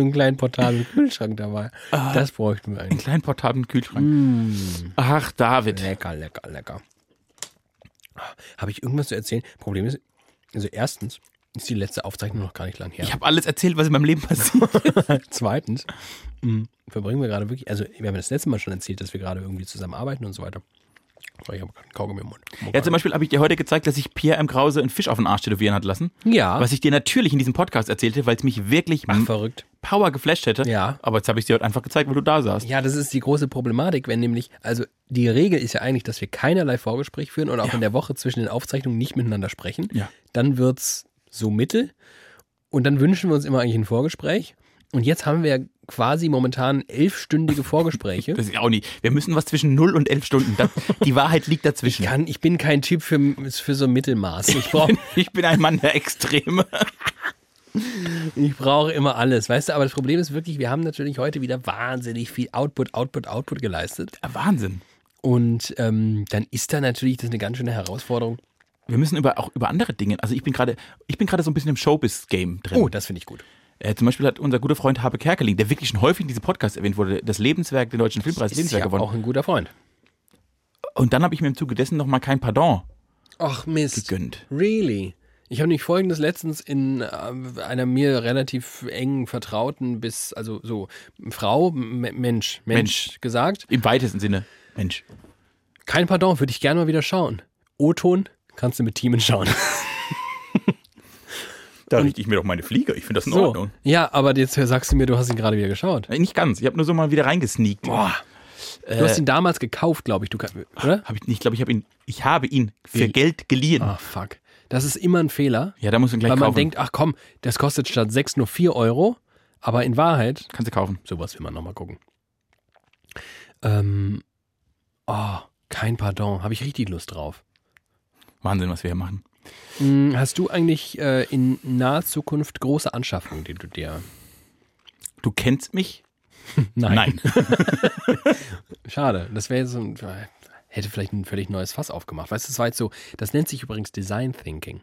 einen kleinen portablen Kühlschrank dabei. Das bräuchten wir Einen eigentlich. kleinen portablen Kühlschrank. Mm. Ach, David. Lecker, lecker, lecker. Habe ich irgendwas zu erzählen? Problem ist, also erstens ist die letzte Aufzeichnung noch gar nicht lang her. Ich habe alles erzählt, was in meinem Leben passiert. *laughs* Zweitens mh, verbringen wir gerade wirklich, also wir haben das letzte Mal schon erzählt, dass wir gerade irgendwie zusammen arbeiten und so weiter. Aber ich habe gerade einen Kaugummi im Mund. Ja, zum Beispiel habe ich dir heute gezeigt, dass ich Pierre M. Krause einen Fisch auf den Arsch tätowieren hat lassen. Ja. Was ich dir natürlich in diesem Podcast erzählte, weil es mich wirklich Ach, verrückt. Power geflasht hätte. Ja. Aber jetzt habe ich dir heute einfach gezeigt, weil du da saßt. Ja, das ist die große Problematik, wenn nämlich, also die Regel ist ja eigentlich, dass wir keinerlei Vorgespräch führen und auch in der Woche zwischen den Aufzeichnungen nicht miteinander sprechen. Ja. Dann wird's so mittel und dann wünschen wir uns immer eigentlich ein Vorgespräch. Und jetzt haben wir ja quasi momentan elfstündige *laughs* Vorgespräche. Das ist auch nie. Wir müssen was zwischen 0 und 11 Stunden. *laughs* Das, die Wahrheit liegt dazwischen. Kann, ich bin kein Typ für, für so Mittelmaß. Ich *laughs* brauche Ich bin ein Mann der Extreme. Ich brauche immer alles, weißt du, aber das Problem ist wirklich, wir haben natürlich heute wieder wahnsinnig viel Output, Output, Output geleistet. Ja, Wahnsinn. Und ähm, dann ist da natürlich das ist eine ganz schöne Herausforderung. Wir müssen über, auch über andere Dinge. Also ich bin gerade, ich bin gerade so ein bisschen im Showbiz-Game drin. Oh, das finde ich gut. Äh, zum Beispiel hat unser guter Freund Habe Kerkeling, der wirklich schon häufig in diesem Podcast erwähnt wurde, das Lebenswerk, den Deutschen Filmpreis, Ist Lebenswerk ja gewonnen. auch ein guter Freund. Und dann habe ich mir im Zuge dessen nochmal kein Pardon Ach Mist. gegönnt. Really? Ich habe nämlich folgendes letztens in äh, einer mir relativ engen Vertrauten bis, also so, Frau, M Mensch, Mensch, Mensch. gesagt. Im weitesten Sinne. Mensch. Kein Pardon, würde ich gerne mal wieder schauen. O-Ton kannst du mit Teamen schauen. Da richte ich mir doch meine Flieger. Ich finde das in So. Ja, aber jetzt sagst du mir, du hast ihn gerade wieder geschaut. Äh, Nicht ganz. Ich habe nur so mal wieder reingesneakt. Boah. Du hast Äh. ihn damals gekauft, glaube ich. Du, kann- oder? Habe ich nicht, glaube ich, habe ihn, ich habe ihn für Wie- Geld geliehen. Ah, fuck. Das ist immer ein Fehler, Ja, da musst du ihn gleich weil man kaufen. denkt, ach komm, das kostet statt 6 nur 4 Euro. Aber in Wahrheit, Kannst du kaufen. sowas will man nochmal gucken. Ähm, oh, kein Pardon. Habe ich richtig Lust drauf. Wahnsinn, was wir hier machen. Hm, Hast du eigentlich äh, in naher Zukunft große Anschaffungen, die du dir... Du kennst mich? *laughs* Schade, das wäre jetzt so ein... Hätte vielleicht ein völlig neues Fass aufgemacht. Weißt du, das war jetzt so, das nennt sich übrigens Design Thinking.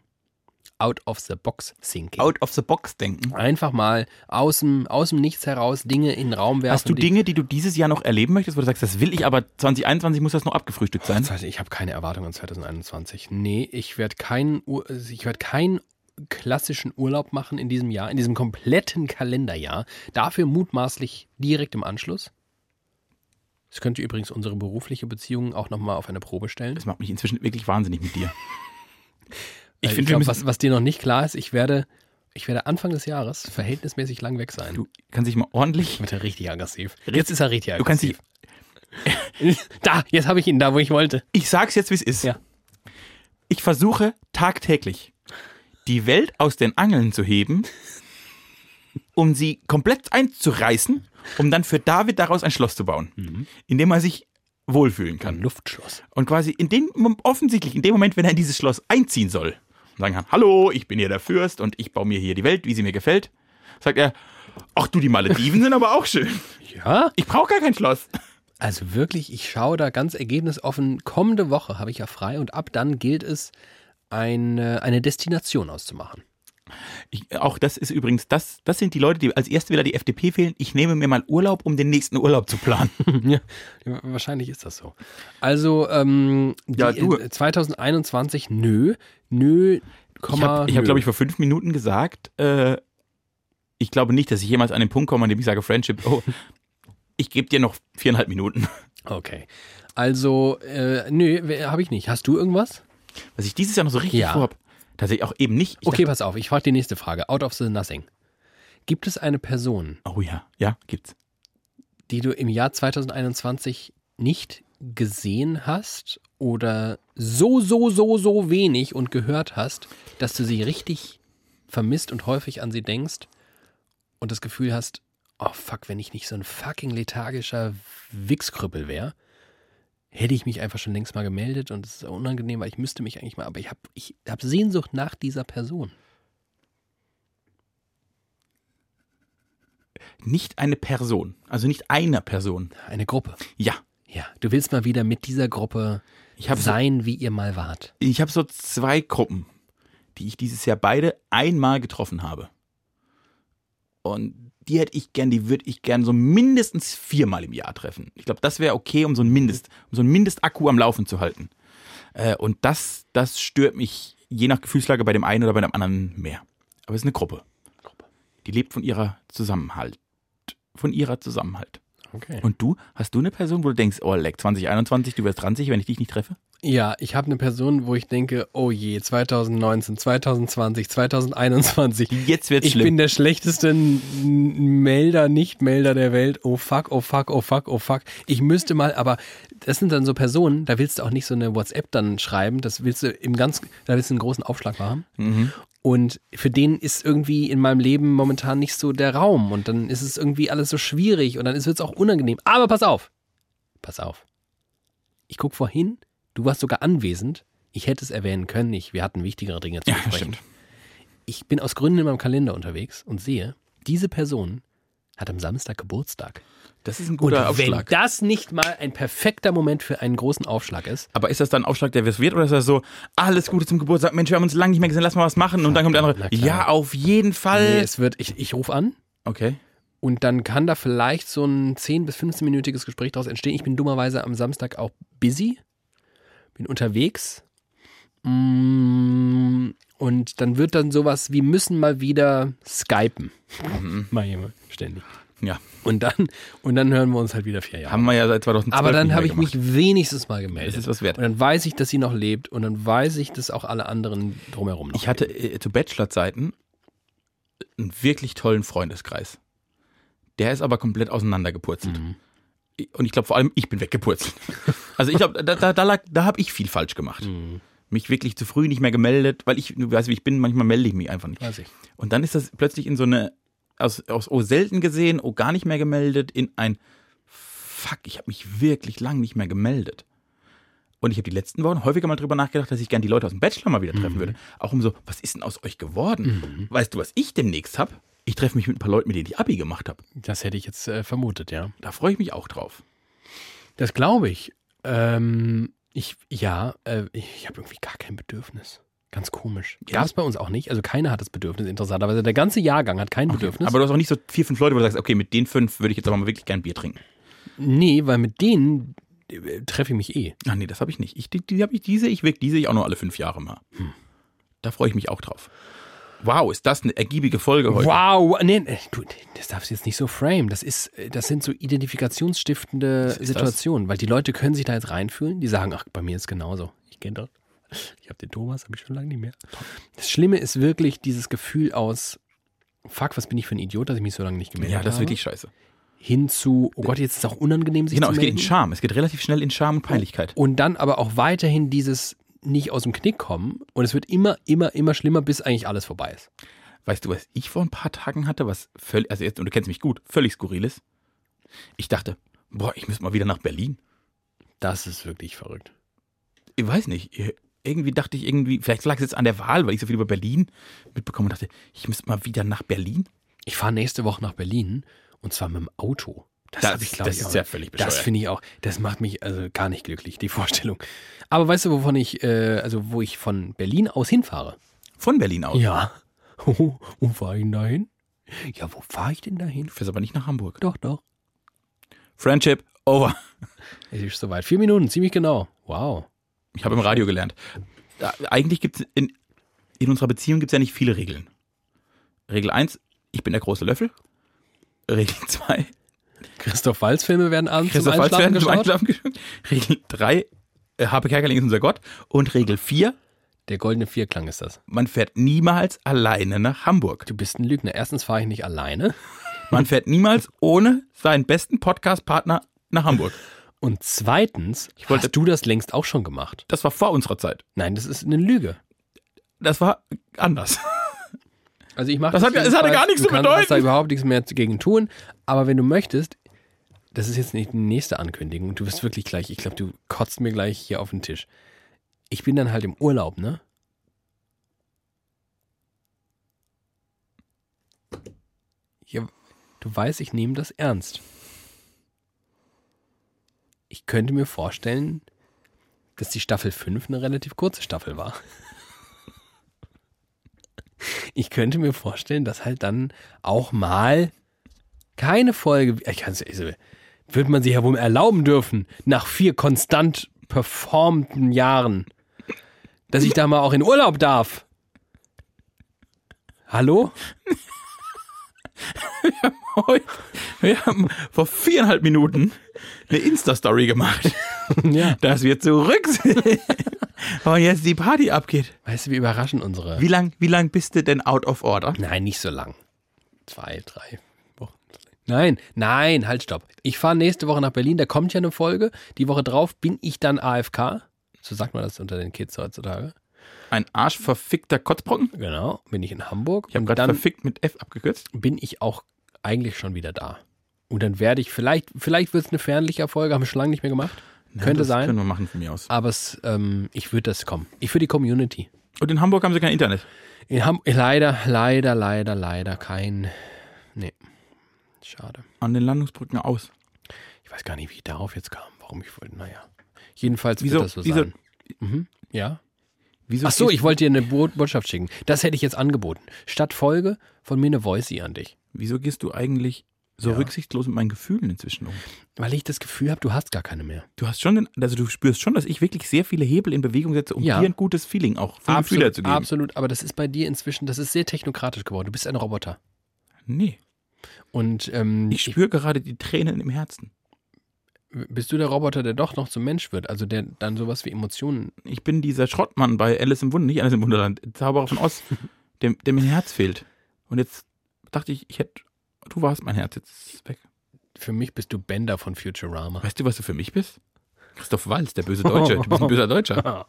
out of the box thinking. Out of the box denken. Einfach mal aus dem, aus dem Nichts heraus Dinge in den Raum werfen. Hast du die- Dinge, die du dieses Jahr noch erleben möchtest, wo du sagst, das will ich, aber 2021 muss das noch abgefrühstückt sein? Das heißt, ich habe keine Erwartungen an 2021. Nee, ich werde keinen Ur- also ich werde keinen klassischen Urlaub machen in diesem Jahr, in diesem kompletten Kalenderjahr. Dafür mutmaßlich direkt im Anschluss. Das könnte übrigens unsere berufliche Beziehung auch nochmal auf eine Probe stellen. Also Das macht mich inzwischen wirklich wahnsinnig mit dir. Ich Weil finde, wir glaub, müssen, was, was dir noch nicht klar ist, ich werde, ich werde Anfang des Jahres verhältnismäßig lang weg sein. du kannst dich mal ordentlich, wird er richtig aggressiv. Jetzt ist er richtig du kannst aggressiv. dich, *laughs* da, jetzt habe ich ihn da, wo ich wollte. ich sag's jetzt, wie es ist. Ja. Ich versuche tagtäglich, die Welt aus den Angeln zu heben, um sie komplett einzureißen, um dann für David daraus ein Schloss zu bauen, in dem er sich wohlfühlen kann. Luftschloss. Und quasi in dem, Mom- offensichtlich in dem Moment, wenn er in dieses Schloss einziehen soll, und sagen kann, hallo, ich bin hier der Fürst und ich baue mir hier die Welt, wie sie mir gefällt, sagt er, ach du, die Malediven sind aber auch schön. Ja? Ich brauche gar kein Schloss. Also wirklich, ich schaue da ganz ergebnisoffen. Kommende Woche habe ich ja frei und ab dann gilt es, eine, eine Destination auszumachen. Ich, auch das ist übrigens, das, das sind die Leute, die als erste wieder die FDP wählen. Ich nehme mir mal Urlaub, um den nächsten Urlaub zu planen. ja, wahrscheinlich ist das so. Also ähm, die, Ja, du. 2021, nö, nö, Ich Komma, habe, hab, nö. glaube ich, vor fünf Minuten gesagt, äh, ich glaube nicht, dass ich jemals an den Punkt komme, an dem ich sage, Friendship, oh, ich gebe dir noch viereinhalb Minuten. Okay. Also, äh, nö, habe ich nicht. Hast du irgendwas? Was ich dieses Jahr noch so richtig Ja. vorhab, tatsächlich auch eben nicht. Ich okay, pass auf, ich frage die nächste Frage. Out of the nothing. Gibt es eine Person, Oh ja, ja, gibt's. die du im Jahr 2021 nicht gesehen hast oder so, so, so, so wenig und gehört hast, dass du sie richtig vermisst und häufig an sie denkst und das Gefühl hast, oh fuck, wenn ich nicht so ein fucking lethargischer Wichskrüppel wäre, hätte ich mich einfach schon längst mal gemeldet und es ist unangenehm, weil ich müsste mich eigentlich mal, aber ich habe ich hab Sehnsucht nach dieser Person. Nicht eine Person, also nicht einer Person. Eine Gruppe. Ja, Ja, du willst mal wieder mit dieser Gruppe ich habe so, sein, wie ihr mal wart. ich hab so zwei Gruppen, die ich dieses Jahr beide einmal getroffen habe. Und die hätte ich gern, die würde ich gern so mindestens viermal im Jahr treffen. Ich glaube, das wäre okay, um so ein Mindest, um so ein Mindestakku am Laufen zu halten. Äh, und das, das stört mich je nach Gefühlslage bei dem einen oder bei dem anderen mehr. Aber es ist eine Gruppe. Die lebt von ihrer Zusammenhalt. Von ihrer Zusammenhalt. Okay. Und du, hast du eine Person, wo du denkst, oh leck, 2021, du wirst 20, wenn ich dich nicht treffe? Ja, ich habe eine Person, wo ich denke, oh je, 2019, 2020, 2021. Jetzt wird's Ich schlimm. bin der schlechteste N- Melder, Nicht-Melder der Welt. Oh fuck, oh fuck, oh fuck, oh fuck. Ich müsste mal, aber das sind dann so Personen, da willst du auch nicht so eine WhatsApp dann schreiben. Das willst du im ganz, da willst du einen großen Aufschlag machen. Mhm. Und für den ist irgendwie in meinem Leben momentan nicht so der Raum. Und dann ist es irgendwie alles so schwierig und dann wird es auch unangenehm. Aber pass auf. Pass auf. Ich guck vorhin, du warst sogar anwesend. Ich hätte es erwähnen können, ich, wir hatten wichtigere Dinge zu Ja, besprechen. stimmt. Ich bin aus Gründen in meinem Kalender unterwegs und sehe, diese Person hat am Samstag Geburtstag. Das ist ein Und guter wenn Aufschlag. das nicht mal ein perfekter Moment für einen großen Aufschlag ist, Aber ist das dann ein Aufschlag, der was wird? Oder ist das so, alles Gute zum Geburtstag, Mensch, wir haben uns lange nicht mehr gesehen, lass mal was machen. Und dann kommt der Na andere, klar. ja, auf jeden nee, Fall. es wird, ich, ich rufe an Okay. und dann kann da vielleicht so ein 10- bis 15-minütiges Gespräch daraus entstehen. Ich bin dummerweise am Samstag auch busy, bin unterwegs. Mm, Und dann wird dann sowas, wir müssen mal wieder skypen. Mhm. *laughs* Mal jemand, ständig. Ja, Und dann, und dann hören wir uns halt wieder vier Jahre. haben wir ja seit 2012 Aber dann nicht mehr habe ich gemacht. mich wenigstens mal gemeldet. Das ist was wert. Und dann weiß ich, dass sie noch lebt und dann weiß ich, dass auch alle anderen drumherum noch. Ich hatte äh, zu Bachelor-Zeiten einen wirklich tollen Freundeskreis. Der ist aber komplett auseinandergepurzelt. Und ich glaube vor allem, ich bin weggepurzelt. Also ich glaube, da, da, da, lag- da habe ich viel falsch gemacht. Mich wirklich zu früh nicht mehr gemeldet, weil ich, du weißt, wie ich bin, manchmal melde ich mich einfach nicht. Weiß ich. Und dann ist das plötzlich in so eine, aus, aus oh selten gesehen, oh gar nicht mehr gemeldet, in ein Fuck, ich habe mich wirklich lang nicht mehr gemeldet. Und ich habe die letzten Wochen häufiger mal drüber nachgedacht, dass ich gern die Leute aus dem Bachelor mal wieder treffen würde. Auch um so, was ist denn aus euch geworden? Weißt du, was ich demnächst hab? Ich treffe mich mit ein paar Leuten, mit denen ich Abi gemacht habe. Das hätte ich jetzt äh, vermutet, ja. Da freue ich mich auch drauf. Das glaube ich. Ähm, ich, ja, äh, ich habe irgendwie gar kein Bedürfnis. Ganz komisch. Gab es bei uns auch nicht. Also keiner hat das Bedürfnis, interessanterweise. Der ganze Jahrgang hat kein Bedürfnis. Aber du hast auch nicht so vier, fünf Leute, wo du sagst, okay, mit den fünf würde ich jetzt aber mal wirklich gern Bier trinken. nee, weil mit denen äh, treffe ich mich eh. Ach nee, das habe ich nicht. Ich, die, die, hab ich, die sehe ich wirklich, die sehe ich auch nur alle fünf Jahre mal. Hm. Da freue ich mich auch drauf. Wow, ist das eine ergiebige Folge heute. Wow, nee, nee, du, das darfst du jetzt nicht so frame. Das ist, äh, das sind so identifikationsstiftende ist das? Situationen, weil die Leute können sich da jetzt reinfühlen. Die sagen, ach, bei mir ist genauso. Ich kenne das. Ich habe den Thomas, habe ich schon lange nicht mehr. Das Schlimme ist wirklich dieses Gefühl aus, fuck, was bin ich für ein Idiot, dass ich mich so lange nicht gemeldet Ja, habe. das ist wirklich scheiße. Hin zu, oh Gott, jetzt ist es auch unangenehm, sich Genau, zu es geht in melden. Oh. Scham. Es geht relativ schnell in Scham und Peinlichkeit. Und dann aber auch weiterhin dieses nicht aus dem Knick kommen. Und es wird immer, immer, immer schlimmer, bis eigentlich alles vorbei ist. Weißt du, was ich vor ein paar Tagen hatte, was völlig, also jetzt, und du kennst mich gut, völlig skurril ist? Ich dachte, boah, ich muss mal wieder nach Berlin. Das ist wirklich verrückt. Ich weiß nicht, irgendwie dachte ich irgendwie, vielleicht lag es jetzt an der Wahl, weil ich so viel über Berlin mitbekommen dachte, ich müsste mal wieder nach Berlin. Ich fahre nächste Woche nach Berlin und zwar mit dem Auto. Das- hab glaub das ist auch- ja völlig Das bescheuert. finde ich auch, das macht mich also gar nicht glücklich, die *laughs* Vorstellung. Aber weißt du, wovon ich, äh, also wo ich von Berlin aus hinfahre? Von Berlin aus. *laughs* Ja. wo fahre ich denn da hin? Ja, wo fahre ich denn da hin? Du fährst aber nicht nach Hamburg. Doch, doch. Friendship over. Es ist soweit. Vier Minuten, ziemlich genau. Wow. Ich habe im Radio gelernt. Da, eigentlich gibt es in, in unserer Beziehung gibt es ja nicht viele Regeln. Regel 1, ich bin der große Löffel. Regel 2, Christoph Walz-Filme werden abends Christoph zum Waltz Einschlafen werden zum geschaut. Einschlafen geschaut. Regel 3, äh, Habe Kerkeling ist unser Gott. Und Regel 4, Der goldene Vierklang ist das. man fährt niemals alleine nach Hamburg. Du bist ein Lügner. Erstens fahre ich nicht alleine Man fährt niemals ohne seinen besten Podcast-Partner nach Hamburg. und zweitens wollte- hast du das längst auch schon gemacht. Das war vor unserer Zeit. Nein, das ist eine Lüge. Das war anders. Also ich mache Das hat ja- das hatte gar nichts du zu kannst- bedeuten. Hast da überhaupt nichts mehr gegen tun. Aber wenn du möchtest, das ist jetzt nicht die nächste Ankündigung. Du wirst wirklich gleich, ich glaube, du kotzt mir gleich hier auf den Tisch. Ich bin dann halt im Urlaub, ne? Ja, du weißt, ich nehme das ernst. Ich könnte mir vorstellen, dass die Staffel 5 eine relativ kurze Staffel war ich könnte mir vorstellen, dass halt dann auch mal keine Folge, ich kann's, also, wird man sich ja wohl erlauben dürfen, nach vier konstant performten Jahren, dass ich da mal auch in Urlaub darf. Hallo? Heute, wir haben vor viereinhalb Minuten eine Insta-Story gemacht, *laughs* Ja. dass wir zurück sind *laughs* und jetzt die Party abgeht. Weißt du, wir überraschen unsere. Wie lang, wie lang bist du denn out of order? Nein, nicht so lang. Zwei, drei Wochen. Nein, nein, halt, stopp. Ich fahre nächste Woche nach Berlin, da kommt ja eine Folge. Die Woche drauf bin ich dann AFK. So sagt man das unter den Kids heutzutage. Ein arschverfickter Kotzbrocken? Genau, bin ich in Hamburg. Ich habe und gerade dann verfickt mit F abgekürzt. bin ich auch eigentlich schon wieder da. Und dann werde ich, vielleicht, vielleicht wird es eine fernliche Folge, haben wir schon lange nicht mehr gemacht. Könnte das sein. Können wir machen von mir aus. Aber es, ähm, ich würde das kommen. Ich für die Community. Und in Hamburg haben sie kein Internet. In Ham leider, leider, leider, leider kein. Nee. Schade. An den Landungsbrücken aus. Ich weiß gar nicht, wie ich darauf jetzt kam, warum ich wollte. Naja. Jedenfalls Wieso? wird das so wieso, sein. Mhm, Ja. wieso Ach so, ist- ich wollte dir eine Bo- Botschaft schicken. Das hätte ich jetzt angeboten. Statt Folge von mir eine Voicey an dich. Wieso gehst du eigentlich so rücksichtslos mit meinen Gefühlen inzwischen um? Weil ich das Gefühl habe, du hast gar keine mehr. Du hast schon, den, also du spürst schon, dass ich wirklich sehr viele Hebel in Bewegung setze, um Ja. dir ein gutes Feeling auch für Gefühle Um zu geben. Absolut, aber das ist bei dir inzwischen, das ist sehr technokratisch geworden. Du bist ein Roboter. Nee. Und ähm, Ich spüre gerade die Tränen im Herzen. bist du der Roboter, der doch noch zum Mensch wird, also der dann sowas wie Emotionen. Ich bin dieser Schrottmann bei Alice im Wunderland, nicht Alice im Wunderland, Zauberer von *laughs* Oz, dem, dem mein Herz fehlt. Und jetzt dachte ich, ich hätte, du warst mein Herz, jetzt ist es weg. Für mich bist du Bender von Futurama. Weißt du, was du für mich bist? Christoph Walz, der böse Deutsche. Du bist ein böser *laughs* Deutscher.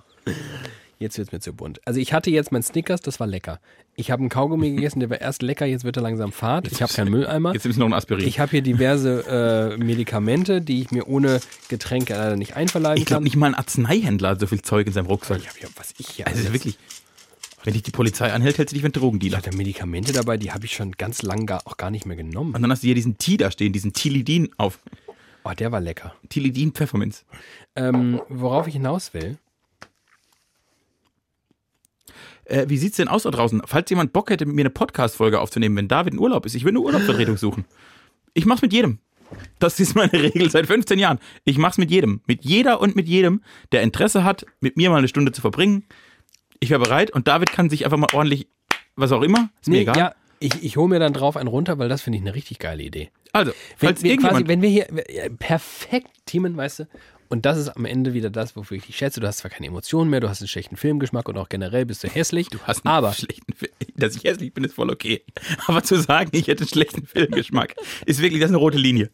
Jetzt wird's mir zu bunt. Also ich hatte jetzt mein Snickers, das war lecker. Ich habe einen Kaugummi gegessen, der war erst lecker, jetzt wird er langsam fad. ich habe keinen Mülleimer. Jetzt nimmst du noch ein Aspirin. Ich habe hier diverse äh, Medikamente, die ich mir ohne Getränke leider nicht einverleiben Ich glaube kann. nicht mal ein Arzneihändler hat so viel Zeug in seinem Rucksack. Ich habe ja, was ich hier Also alles- wirklich, wenn dich die Polizei anhält, hältst du dich für einen Ich Drogendealer. hatte Medikamente dabei, die habe ich schon ganz lang gar, auch gar nicht mehr genommen. Und dann hast du hier diesen Tee da stehen, diesen Tilidin auf. Oh, der war lecker. Tilidin Pfefferminz. Ähm, worauf ich hinaus will, äh, wie sieht's denn aus da draußen? Falls jemand Bock hätte, mit mir eine Podcast-Folge aufzunehmen, wenn David in Urlaub ist, ich will eine Urlaubsvertretung suchen. Ich mach's mit jedem. Das ist meine *laughs* Regel seit 15 Jahren. Ich mach's mit jedem. Mit jeder und mit jedem, der Interesse hat, mit mir mal eine Stunde zu verbringen. Ich wäre bereit und David kann sich einfach mal ordentlich, was auch immer, ist mir egal. ja, ich, ich hole mir dann drauf einen runter, weil das finde ich eine richtig geile Idee. Also, Wenn, falls wir, irgendjemand quasi, wenn wir hier ja, perfekt teamen, weißt du, und das ist am Ende wieder das, wofür ich dich schätze. Du hast zwar keine Emotionen mehr, du hast einen schlechten Filmgeschmack und auch generell bist du hässlich. Du hast einen aber schlechten Film. Dass ich hässlich bin, ist voll okay. Aber zu sagen, ich hätte einen schlechten Filmgeschmack, ist wirklich das ist eine rote Linie.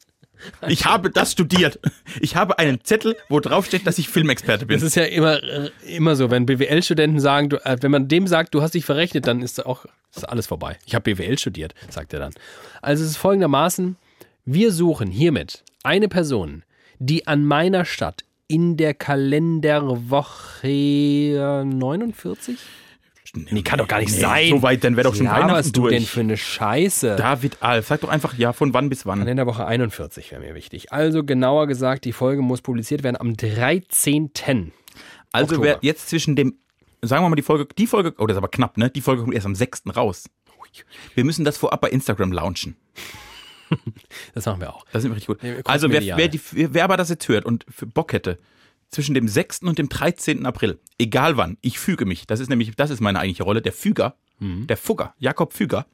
Ich habe das studiert. Ich habe einen Zettel, wo drauf steht, dass ich Filmexperte bin. es ist ja immer, äh, immer so, wenn BWL-Studenten sagen, du, äh, wenn man dem sagt, du hast dich verrechnet, dann ist auch ist alles vorbei. Ich habe BWL studiert, sagt er dann. Also es ist folgendermaßen, wir suchen hiermit eine Person, die an meiner Stadt in der Kalenderwoche äh, 49? nee, kann doch gar nicht sein. So weit, dann wäre doch schon Weihnachten du denn durch. für eine Scheiße? David Alf, sag doch einfach ja, von wann bis wann. Kalenderwoche 41 wäre mir wichtig. Also genauer gesagt, die Folge muss publiziert werden am 13. Also Oktober. wer jetzt zwischen dem, sagen wir mal die Folge, die Folge, oh das ist aber knapp, ne? Die Folge kommt erst am 6. raus. Wir müssen das vorab bei Instagram launchen. Das machen wir auch. Das ist richtig gut. wir gucken Also wer, Mediane. wer, die, wer aber das jetzt hört und für Bock hätte, zwischen dem 6. und dem 13. April, egal wann, ich füge mich. Das ist nämlich, das ist meine eigentliche Rolle, der Füger, Mhm. der Fugger, Jakob Füger.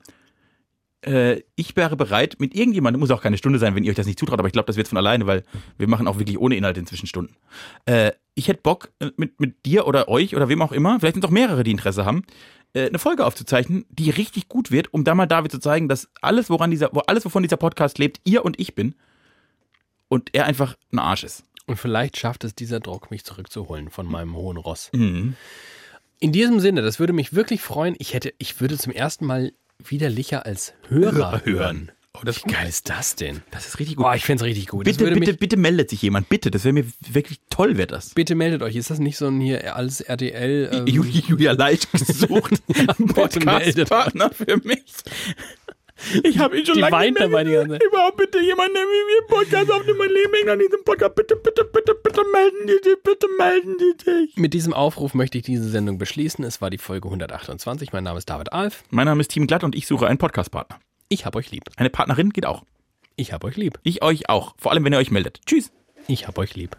Äh, ich wäre bereit, mit irgendjemandem, muss auch keine Stunde sein, wenn ihr euch das nicht zutraut, aber ich glaube, das wird von alleine, weil wir machen auch wirklich ohne Inhalt inzwischen Stunden. Äh, ich hätte Bock, äh, mit, mit dir oder euch oder wem auch immer, vielleicht sind es auch mehrere, die Interesse haben, äh, eine Folge aufzuzeichnen, die richtig gut wird, um da mal David zu zeigen, dass alles, woran dieser, wo- alles, wovon dieser Podcast lebt, ihr und ich bin und er einfach ein Arsch ist. Und vielleicht schafft es dieser Druck, mich zurückzuholen von meinem hohen Ross. In diesem Sinne, das würde mich wirklich freuen. Ich hätte, ich würde zum ersten Mal wieder Licher als Hörer hören. Oh, das, Wie geil ist das denn? das ist richtig gut. Boah, Oh, ich find's richtig gut. das bitte, würde bitte, mich, bitte meldet sich jemand. Bitte, das wäre mir wirklich toll, wäre das. bitte meldet euch. Ist das nicht so ein hier alles RTL? Ähm, Julia, Julia *laughs* Leicht gesucht. Podcast-Partner für mich. Ich habe ihn schon Die lange weint nicht mehr dabei die ganze Zeit. gesehen. Überhaupt bitte jemand, der mit mir einen Podcast aufnimmt, mein Leben hängt an diesem Podcast. Bitte, bitte, bitte, bitte melden die dich, bitte melden die dich. mit diesem Aufruf möchte ich diese Sendung beschließen. Es war die Folge 128. Mein Name ist David Alf. Mein Name ist Team Glatt und ich suche einen Podcast-Partner. Ich hab euch lieb. Eine Partnerin geht auch. Ich hab euch lieb. Ich euch auch. Vor allem, wenn ihr euch meldet. Tschüss. Ich hab euch lieb.